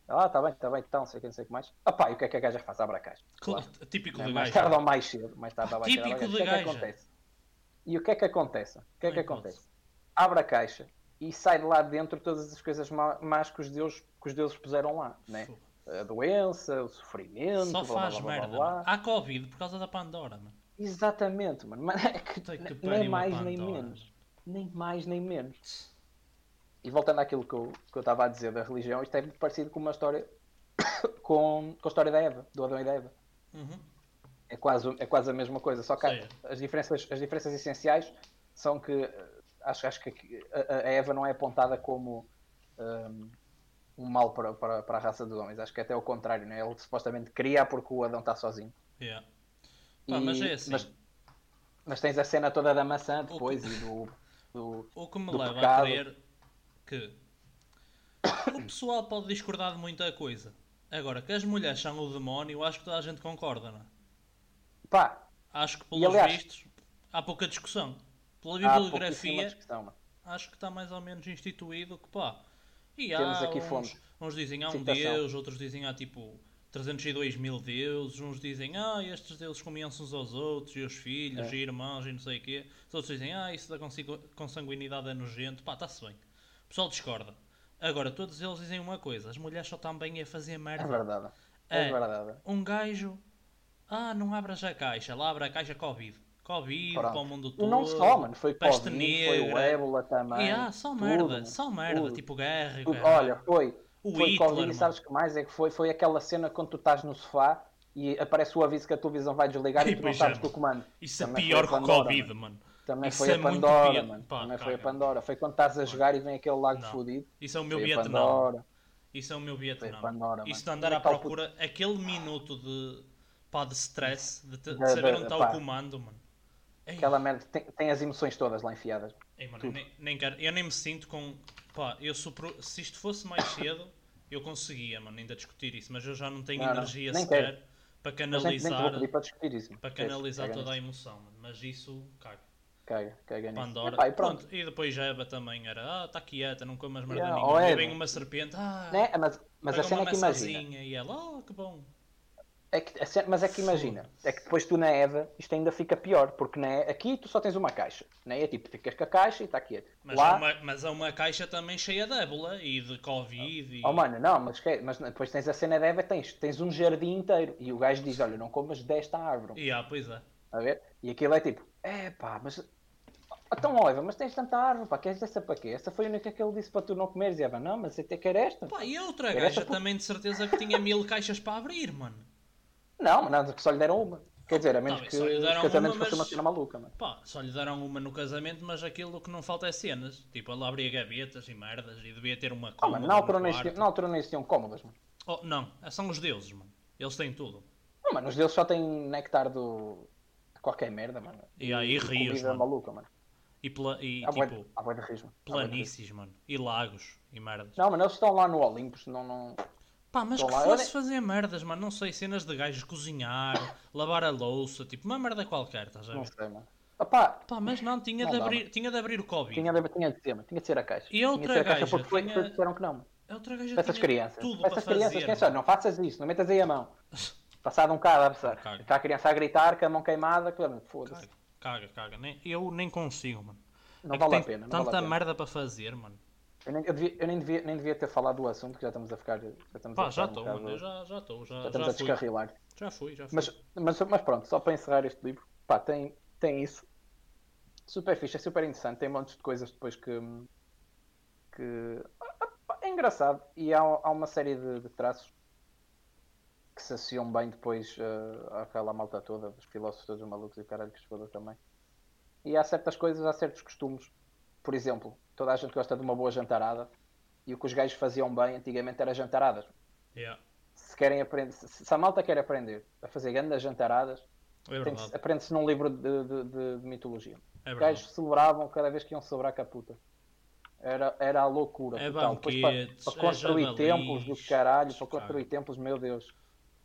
Ela, ah, tá bem, tá bem, então, não sei o que, não sei o que mais. Ah pá, e o que é que a gaja faz? Abre a caixa.
Cla- Típico
É,
do
mais
gajo.
tarde ou mais cedo, mais tarde ou mais cedo.
Típico
ela-
da
o que é que
gaja.
acontece? E o que é que acontece? O que é
Não
que
hipótese.
acontece? Abre a caixa e sai de lá de dentro todas as coisas ma- más que os deuses, que os deuses puseram lá, né?
Fogo.
A doença, o sofrimento,
Só
blá, blá,
faz
blá, blá,
merda.
blá.
mano. Há Covid por causa da Pandora, mano.
Exatamente, mano. Mas é que
Puta que
nem
pariu a
mais nem
Pandora.
menos. Nem mais nem menos. E voltando àquilo que eu, que eu estava a dizer da religião, isto é muito parecido com uma história com, com a história da Eva, do Adão e da Eva.
Uhum.
É quase, é quase a mesma coisa, só que há-
Sim.
as diferenças, as diferenças essenciais são que eh, acho, acho que aqui- a, a Eva não é apontada como um, um mal para, para, para a raça dos homens, acho que até o contrário, né? ele supostamente cria porque o Adão está sozinho.
Yeah. Pá, mas
E-
é assim.
mas- Mas tens a cena toda da maçã depois e do- do,
O que me
do
leva a
pecado.
crer que o pessoal pode discordar de muita coisa. Agora, que as mulheres são o demónio, acho que toda a gente concorda, não é?
Pá,
Acho que,
E,
pelos
aliás,
vistos, há pouca discussão. Pela
há pouquíssima
bibliografia,
discussão, mano.
acho que está mais ou menos instituído que pá. E
Temos
há
aqui
uns,
fontes.
uns dizem há um
Citação.
deus, outros dizem há tipo 302 mil deuses, uns dizem ah, estes deuses comiam-se uns aos outros, e os filhos,
É.
e irmãos, e não sei o quê. Os outros dizem ah, isso da consigo- consanguinidade é nojento. Pá, está-se bem. O pessoal discorda. Agora, todos eles dizem uma coisa: as mulheres só estão bem a fazer
É
merda.
verdade. É,
É.
verdade.
Um gajo, ah, não abras a caixa, lá abre a caixa Covid. Covid
Pronto.
para o mundo
E
todo.
não só, mano. Foi
peste
Covid, foi o
negra.
ébola também.
E, ah, só
tudo,
merda,
mano,
só merda,
tudo,
tipo guerra,
tudo.
caralho.
Olha, foi.
O
foi
Hitler,
Covid
mano.
e sabes que mais é que foi? Foi aquela cena quando tu estás no sofá e aparece o aviso que a televisão vai desligar
E
e tu não
pois
sabes
é,
que o comando.
Isso é
Também
pior que
foi
o
a Pandora,
Covid,
mano.
mano.
Também
Isso
foi
é
a
muito
Pandora,
pior.
mano.
Pá,
Também foi a
caga.
Pandora. Foi quando estás a jogar e vem aquele lago
Não.
fodido.
Isso é o meu
Foi a
Vietnã.
Pandora.
Isso é o meu
Foi
Vietnã.
a Pandora,
Isso
mano.
de andar à
Onde está o
procura, aquele minuto de, pá, de stress, de, te- de
Da-
saber
da-
onde está
pá.
o comando, mano. Ei,
Aquela merda tem, tem as emoções todas lá enfiadas.
ei, mano, eu nem, nem quero- eu nem me sinto com. Pá, eu supro- se isto fosse mais cedo, eu conseguia, mano, ainda discutir isso, mas eu já não tenho
Não, não,
energia
nem
sequer para
Mas nem, nem te vou
canalizar,
pedir para discutir isso. mano.
para
Esquece,
canalizar
caga
toda a
nisso.
emoção, mano. Mas isso, caga.
Caga, caga nisso.
Pandora.
É Epá, e
pronto.
pronto.
e depois já Eva também era, ah, está quieta, não comas merda
Yeah,
nenhuma.
ou
E
é,
vem
não.
uma serpente, ah,
Né? Mas, mas
pega
a cena é
uma
que imagina.
maçãzinha e ela, oh, que bom.
É que, a cena- mas é que imagina. É que depois tu na Eva isto ainda fica pior, porque na, aqui tu só tens uma caixa. Né? É tipo, ficas com a caixa e está aqui.
Mas, há
Lá, oh,
uma, mas há uma caixa também cheia de ébola e de Covid e...
oh mano, não, mas, que- mas depois tens a cena da Eva, tens, tens um jardim inteiro. E o gajo diz: Olha, não comas desta árvore. Tá
E, ah, pois é.
A ver? E aquilo é tipo, é pá, mas Então, ó, Eva, mas tens tanta árvore, pá, queres essa para quê? Essa foi a única que ele disse para tu não comeres. E Eva, não, mas até quer esta.
Pá, e a outra
Era
gaja
essa-
também de certeza que tinha mil caixas para abrir, mano.
Não, mas não, só lhe deram uma. Quer dizer, a menos
bem,
que
só lhe
os
deram
casamentos
uma,
fosse uma
mas-
cena maluca, mano.
Pá, só lhe deram uma no casamento, mas aquilo que não falta é cenas. Tipo, ela abria gavetas e merdas e devia ter uma
Ah,
cama.
mano, na altura
um
não existiam,
quarto.
na altura não existiam cômodas, mano.
Oh, não, são os deuses, mano. Eles têm tudo.
Não, mano, os deles só têm néctar do... de qualquer merda, mano.
E aí rios,
comida
mano.
maluca, mano.
E, pla- e
Há bué de-
tipo,
há bué de rios, mano. Há bué de rios.
planícies, mano. E lagos e merdas.
Não, mano, eles estão lá no Olympus, não, não...
Pá, mas
Tô
que
lá,
fosse
olha-
fazer merdas, mano. Não sei, cenas de gajos cozinhar, lavar a louça, tipo, uma merda qualquer, estás a
não
ver?
sei, mano. Opá,
Pá, mas não, tinha,
Não
de,
dá,
abrir, tinha de abrir o Covid.
tinha de, tinha de ser, mano. Tinha de ser a caixa.
E
Tinha de
outra
ser a caixa
gaja,
porque foi
tinha-
que disseram que não, mano.
A outra gaja
Essas
tinha
crianças.
tudo para
Essas crianças,
fazer,
quem sabe,
mano.
não faças isso, não metas aí a mão. Passado um bocado a abraçar.
Cago.
Está a criança a gritar, com a mão queimada, claro, foda-se.
Caga, caga, caga. Nem, eu nem consigo, mano.
Não
É que
vale a
tem
pena, não vale
Tanta
a pena.
merda para fazer, mano.
Eu, nem, eu devia- eu nem devia, nem devia ter falado do assunto, que já estamos a ficar. Já estamos
Pá,
a ficar
já
um
estou,
bocado-
mano. Eu já já estou, já,
já
já,
estamos a
fui.
descarrilar.
Já fui, já fui.
Mas, mas, mas pronto, só para encerrar este livro, pá, tem, tem isso. Super fixe, é super interessante, tem montes de coisas depois que. que ah, pá, é engraçado e há, há uma série de, de traços que se associam bem depois ah, àquela malta toda, dos filósofos todos malucos e o caralho que se foda também. E há certas coisas, há certos costumes. Por exemplo, toda a gente gosta de uma boa jantarada e o que os gajos faziam bem antigamente era jantaradas
Yeah, é
se querem aprender, se, se a malta quer aprender a fazer grandes jantaradas,
é
tem que se-
verdade.
aprende-se num livro de, de- de- de mitologia.
É
Os
verdade.
gajos celebravam cada vez que iam celebrar com a puta. Era, era a loucura.
É
total.
banquetes,
para,
é
para construir
javalis,
templos do caralho, para construir
cara.
templos, meu Deus.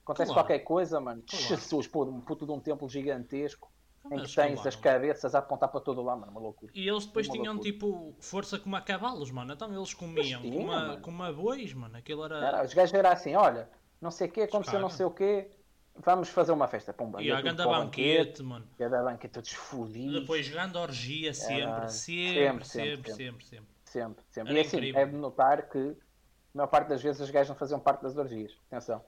Acontece
Claro.
qualquer coisa, mano.
Claro. Então é
Jesus, pô, um puto de um templo gigantesco em
Mas
que tens
calma,
as
mano.
cabeças a apontar para todo lado, mano. Uma loucura.
E eles depois
Uma
tinham
loucura.
tipo força como a cavalos, mano. Então eles comiam
tinha,
como, a,
mano.
como a bois, mano. Aquilo
Era-
era.
os gajos eram assim: olha, não sei o que, aconteceu não
Cagam.
sei o que, vamos fazer uma festa. Pumba.
E
ia
a
é tudo
ganda
para o
banquete, mano.
Cada é banca todos fodidos.
Depois grande orgia sempre,
Era-
sempre, sempre,
sempre, sempre,
sempre, sempre.
Sempre, sempre.
Era
e assim,
incrível.
é de notar que a maior parte das vezes os gajos não faziam parte das orgias. Atenção.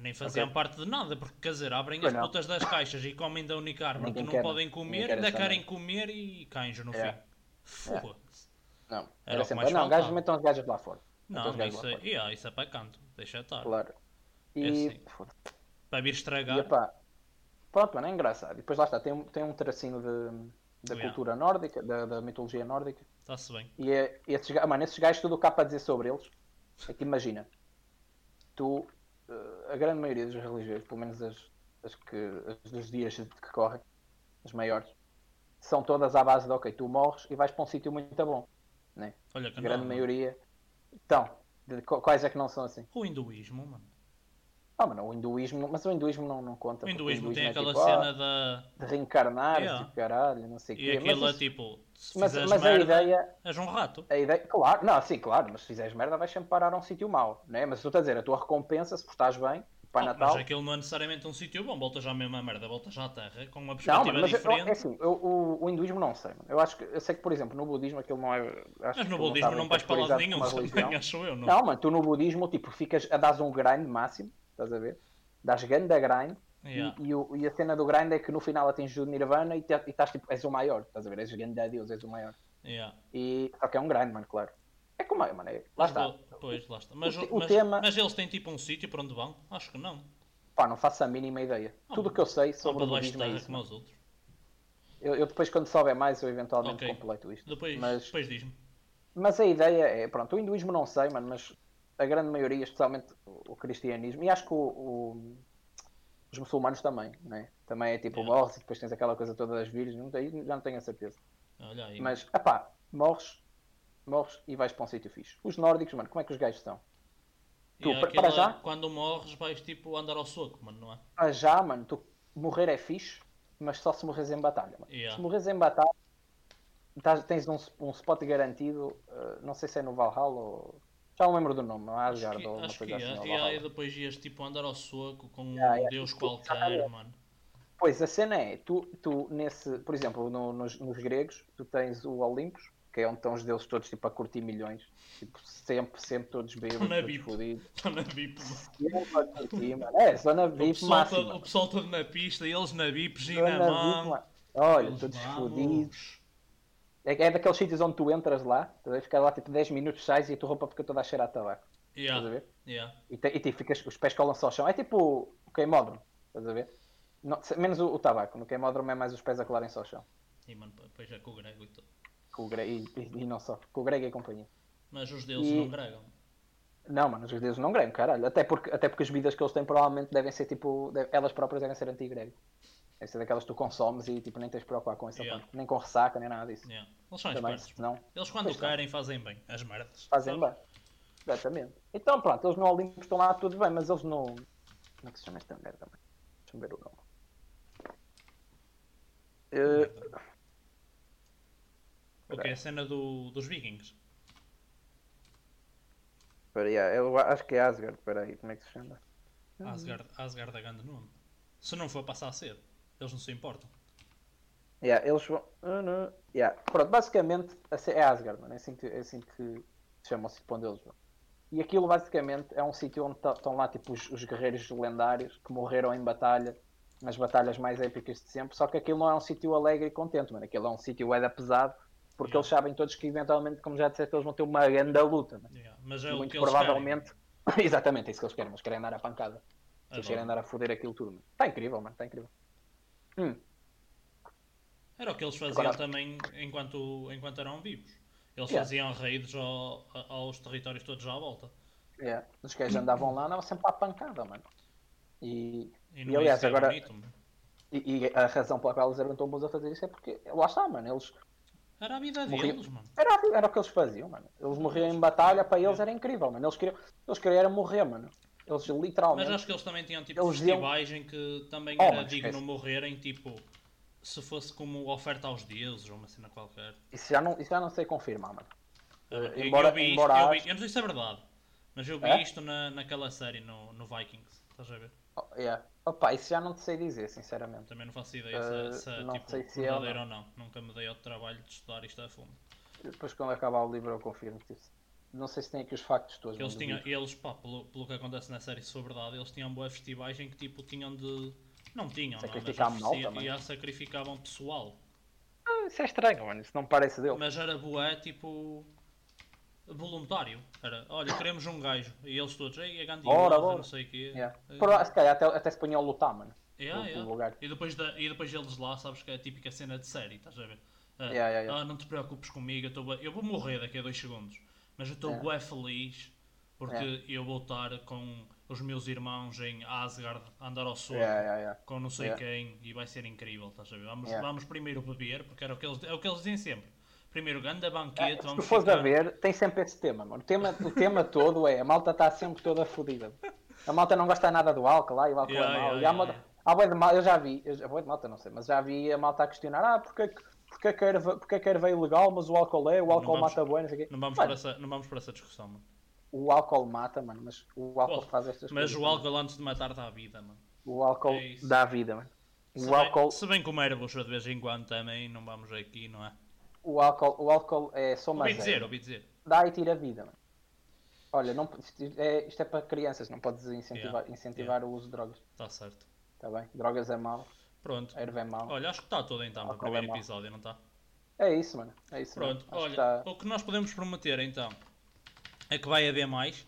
Nem faziam
Ok.
parte de nada, porque quer dizer, abrem
Pois
as
não.
putas das caixas e comem da única árvore que
Ninguém
não
quer,
podem
ninguém
comer,
quer
ainda
essa
querem
merda.
comer e canjo no
É.
fim. Foda-se.
Não.
Era
Era,
o que
sempre.
mais
Não, gajos
faltava."
metam os gajos lá fora. Metam os
Não,
gajos
isso,
lá
é,
fora.
yeah, isso é para canto, deixa estar.
Então Claro.
É
E.
assim.
foda-se.
Para vir
E
estragar,
epá. Pronto, mano, é engraçado. E depois lá está, tem, um- tem um tracinho de- da
Yeah.
cultura nórdica, da, da mitologia nórdica.
está-se bem.
E é, esses, ga- ah, mano, esses gajos, tudo o que há para dizer sobre eles. É que imagina, tu, eh, a grande maioria dos religiosos, pelo menos as, as que, as dos dias de- que correm, as maiores, são todas à base de ok, tu morres e vais para um sítio muito bom. Né?
Olha que
A
não,
grande
mano.
maioria. Então, de- qu- quais é que não são assim?
O hinduísmo, mano.
Ah, mano, o hinduísmo, mas o hinduísmo não, não conta.
O
porque
hinduísmo tem
é
aquela
tipo,
cena
ah,
da.
de reencarnar,
Yeah.
tipo, caralho, não sei o
E
quê.
aquilo é
mas, isso-
tipo, se
mas-
fizeres
mas a
merda,
ideia,
és um rato.
A ideia, claro, não, sim, claro, mas se fizeres merda vais sempre parar a um sítio mau, né? Mas tu estás a dizer, a tua recompensa, se tu estás bem, para
Oh,
Natal.
Mas aquilo não é necessariamente um sítio bom, voltas à mesma merda, voltas à terra, com uma
Não,
perspectiva
mano, mas eu-
diferente.
é assim, eu- o, o hinduísmo não sei, mano. Eu acho que eu sei que, por exemplo, no budismo aquilo não é. Acho
Mas
que
no
aquilo
budismo
está
não
bem
vais para lado
categorizado
nenhum,
como uma
também
religião.
acho eu, não?
Não, mano, tu no budismo, tipo, ficas a dar um grind máximo, estás a ver? Dás ganda grind e-
Yeah.
e, o- e a cena do grind é que no final atinges o nirvana e, te, e estás tipo, és o maior, estás a ver? És ganda Deus, és o maior.
Yeah.
E, só que é um grind, mano, claro. É como é, mano, é, lá está.
Mas, Pois, lá está. Mas,
o te- o
mas-
tema-
mas eles têm tipo um sítio para onde vão? Acho que não.
Pá, não faço a mínima ideia.
Ah,
Tudo o que eu sei
Só
sobre
para
o
debaixo de
budismo é
terra
isso.
como
mano.
os outros.
Eu, eu depois, quando souber mais, eu eventualmente
Ok.
completo isto.
Depois,
Mas,
depois diz-me.
mas a ideia é, pronto, o hinduísmo não sei, mano, mas a grande maioria, especialmente o o cristianismo, e acho que o- o- os muçulmanos também, né? Também é tipo
Yeah.
morres e depois tens aquela coisa toda das virgens, não, aí já não tenho a certeza.
Olha aí.
Mas, epá, morres, morres e vais para um sítio fixe. Os nórdicos, mano, como é que os gajos estão?
E
tu,
há
para-
aquela-
para já?
Quando morres vais tipo andar ao soco, mano, não é?
Ah, já, mano, tu morrer é fixe, mas só se morres em batalha, mano.
Yeah.
Se morres em batalha, tás- tens um, um spot garantido, eh, não sei se é no Valhalla ou... Já não lembro do nome, não é
Acho
Asgard
que,
ou alguma
acho que
coisa assim,
é.
ou
E aí
Valhalla.
depois ias tipo andar ao soco com um
Yeah, yeah.
deus
Tipo,
qualquer,
exatamente.
mano.
Pois, a cena é, tu, tu nesse, por exemplo, no- nos, nos gregos, tu tens o Olympus, que é onde estão os deuses todos, tipo, a curtir milhões. Tipo, sempre, sempre todos bêbados,
Na
todos
VIP.
fodidos.
Está na VIP, mano.
Sempre a curtir, mano. É, zona
O
VIP
pessoal, todo,
máxima.
o pessoal todo na pista, eles na VIP, gin
Zona
na
VIP,
mão.
mano. Olha,
Eles
todos
vamos.
fodidos. É, é daqueles sítios onde tu entras lá, tu ficas lá tipo 10 minutos, sais e a tua roupa fica toda a cheirar a tabaco. Estás a
Yeah.
ver?
Yeah.
E, te- e te ficas, os pés colam-se ao chão. É tipo o queimódromo, estás a ver? Não, se- menos o, o tabaco. No queimódromo é mais os pés a colarem-se ao chão.
E mano, depois é com o grego e tudo.
Com o Gre- e, e- e não só. Com o Greg e companhia.
Mas os deuses
E-
não gregam.
Não, mano, os judeus não grego, caralho. Até porque, até porque as bebidas que eles têm provavelmente devem ser tipo. de- elas próprias devem ser anti-grego. Devem ser daquelas que tu consomes e tipo nem tens de preocupar com isso.
Yeah.
pá. Nem com ressaca, nem nada disso.
Yeah. Eles são
Também,
espertos.
senão.
Eles quando
Pois está.
querem fazem bem as merdas.
Fazem
Sabe?
bem. Exatamente. Então, pronto, eles no Olimpo estão lá tudo bem, mas eles não. Como é que se chama esta merda? mano? Deixa-me ver o nome. Eh,
O que é a cena do, dos vikings.
Espera aí, ah, eu acho que é Asgard, espera aí, como é que se chama?
Asgard, Asgard é grande nome. Se não for passar a ser, eles não se importam.
Yeah, eles vão. Ah, não. Yeah. Pronto, basicamente assim- é Asgard, mano. É assim que, é assim que chamam se quando eles vão. E aquilo basicamente é um sítio onde estão lá tipo os, os guerreiros lendários que morreram em batalha, nas batalhas mais épicas de sempre. Só que aquilo não é um sítio alegre e contente, mano. Aquilo é um sítio é pesado, porque
Yeah.
eles sabem todos que eventualmente, como já disseste, eles vão ter uma grande luta. mano.
Yeah. Mas é
E
o
muito
que eles
provavelmente. Exatamente, é isso que eles querem. Eles querem andar à pancada.
querem.
Eles
Adoro.
querem andar a foder aquilo tudo. mano. Está incrível, mano. Está incrível. Hum.
Era o que eles faziam
Agora-
também enquanto, enquanto eram vivos. Eles
Yeah.
faziam raids ao- a- aos territórios todos à volta.
É, os gajos andavam lá, andavam sempre à pancada, mano. E,
E,
E,
não é
aliás,
isso que é
agora-
bonito, mano.
e- e a razão pela qual eles eram tão bons a fazer isso é porque, lá está, mano, eles,
Era a vida
Morriam.
deles, mano.
era, era o que eles faziam, mano. Eles morriam em batalha, para eles era incrível, mano. Eles queriam, eles queriam era morrer, mano. Eles
Mas
literalmente,
acho que eles também tinham tipo
Eles iam-
festivais em que também
Oh,
era
mas
digno
esquece.
morrerem, tipo, se fosse como oferta aos deuses ou uma cena qualquer.
isso, já não, isso já não sei confirmar, mano.
Ah, eu- eu
Eh, embora-
vi isto-
embora
eu, vi-
acho-
eu não sei se é verdade, mas eu vi
É?
isto na, naquela série no, no Vikings, estás a ver?
Oh, yeah. Opa, isso já não sei dizer, sinceramente.
Também não faço ideia
Ah,
se, se é
não
tipo,
sei se é ou
verdadeiro ou não. Nunca me dei ao trabalho de estudar isto a fundo.
Depois quando acabar o livro eu confirmo isso. Não sei se tem aqui os factos todos.
Eles,
mas
tinham,
duvido.
eles pá, pelo, pelo que acontece na série, se for verdade, eles tinham boas festivais em que tipo tinham de. Não tinham, não, né? mas
Sacrificar malta, é?
oferecia-
mano.
e a sacrificavam pessoal.
Ah, isso é estranho, mano. Isso não parece dele.
Mas era boé tipo. voluntário. Era, olha, queremos um gajo. E eles todos, ei, é Gandhi,
Ora,
Lula,
bora.
não sei o quê.
Yeah.
Eh,
Por- se calhar até, até se punham a lutar, mano.
yeah,
por-
yeah.
por lugar.
É, E, depois da- e depois eles lá, sabes que é a típica cena de série, estás a ver? Ah,
Yeah, yeah, yeah.
ah, não te preocupes comigo, eu, tô bué- eu vou morrer daqui a dois segundos. Mas eu estou
Yeah.
bué feliz porque
Yeah.
eu vou estar com os meus irmãos em Asgard a andar ao sul.
Yeah, yeah, yeah.
com não sei
Yeah.
quem e vai ser incrível, estás a ver? Vamos,
Yeah.
vamos primeiro beber, porque era o que eles, é o que eles dizem sempre. Primeiro ganda
É,
banquete,
se tu
vamos
fores
ficar...
a ver, tem sempre esse tema, mano. O tema, o tema todo é a malta está sempre toda fodida. A malta não gosta nada do álcool lá e o álcool
Yeah,
é mau.
yeah,
e há
yeah,
malta-
yeah.
há bué de mal, eu já vi, eu já, bué de malta não sei, mas já vi a malta a questionar: ah, porque, é que- porque, é que a erva- porque é que a erva é ilegal, mas o álcool é, o álcool
vamos-
mata bem, não sei o quê.
Não vamos,
Mano,
para essa, não vamos para essa discussão, mano.
O álcool mata, mano, mas o álcool
Pô,
faz estas
Mas
coisas.
o
mano.
álcool antes de matar dá vida, mano.
O álcool
é isso.
dá vida, mano.
Se
O
bem,
álcool,
se bem como era bucha de vez em quando também, não vamos aqui, não é?
o álcool, o álcool é só
Ouvi
mais.
dizer, ouvi dizer.
dá e tira a vida. Mano. Olha, não, isto, é, isto é para crianças, não podes incentivar,
Yeah,
incentivar o uso de drogas.
Está Tá certo.
Está bem? Drogas é mau,
Pronto.
a erva é mau.
Olha, acho que está tudo então para o
Álcool é
primeiro
mau.
episódio, não está?
É isso, mano. É isso.
Pronto,
mano. Acho
olha,
que tá-
o que nós podemos prometer então é que vai haver mais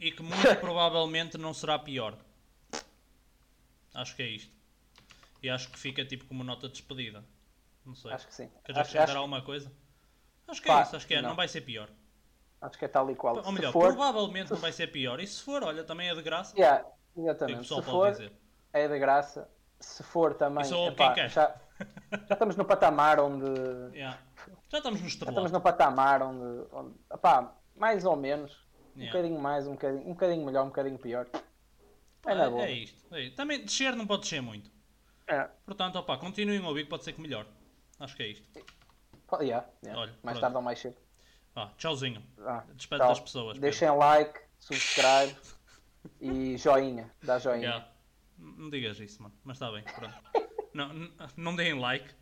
e que muito provavelmente não será pior. Acho que é isto. E acho que fica tipo como nota de despedida. Não sei.
acho que sim.
Queres
Acho,
acrescentar
acho,
alguma coisa? Acho que é
Pá,
isso, acho que é, não.
não.
vai ser pior.
acho que é tal e qual.
Ou
Se
melhor,
for,
provavelmente não vai ser pior. E se for, olha, também é de graça.
yeah,
É que o
exatamente.
pessoal
Se
pode
for,
dizer.
é de graça. Se for também.
Isso é o
epá,
quem quer.
já, já estamos no patamar onde.
Yeah. Já estamos no
Já estamos
estrelado.
no patamar onde. onde epá, mais ou menos. Um
Yeah.
bocadinho mais, um bocadinho, um bocadinho melhor, um bocadinho pior. É na
Ah,
boa.
é isto. é isto. Também descer não pode descer muito.
É.
Portanto, opá, continuem a ouvir que pode ser que melhor. Acho que é isto.
Pô, yeah, yeah.
Olha,
mais
pronto.
tarde ou mais cedo.
Vá, tchauzinho.
Ah,
Despede das pessoas,
Deixem like, subscribe e joinha. Dá joinha.
Yeah. N- Não digas isso, mano. Mas está bem, pronto. não, n- não deem like,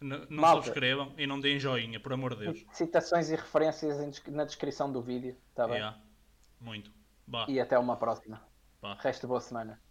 n- não
Malta.
subscrevam e não deem joinha, por amor de Deus.
Citações e referências em desc- na descrição do vídeo. Tá bem?
Yeah. Muito. Bah,
E até uma próxima.
bah.
Resto de boa semana.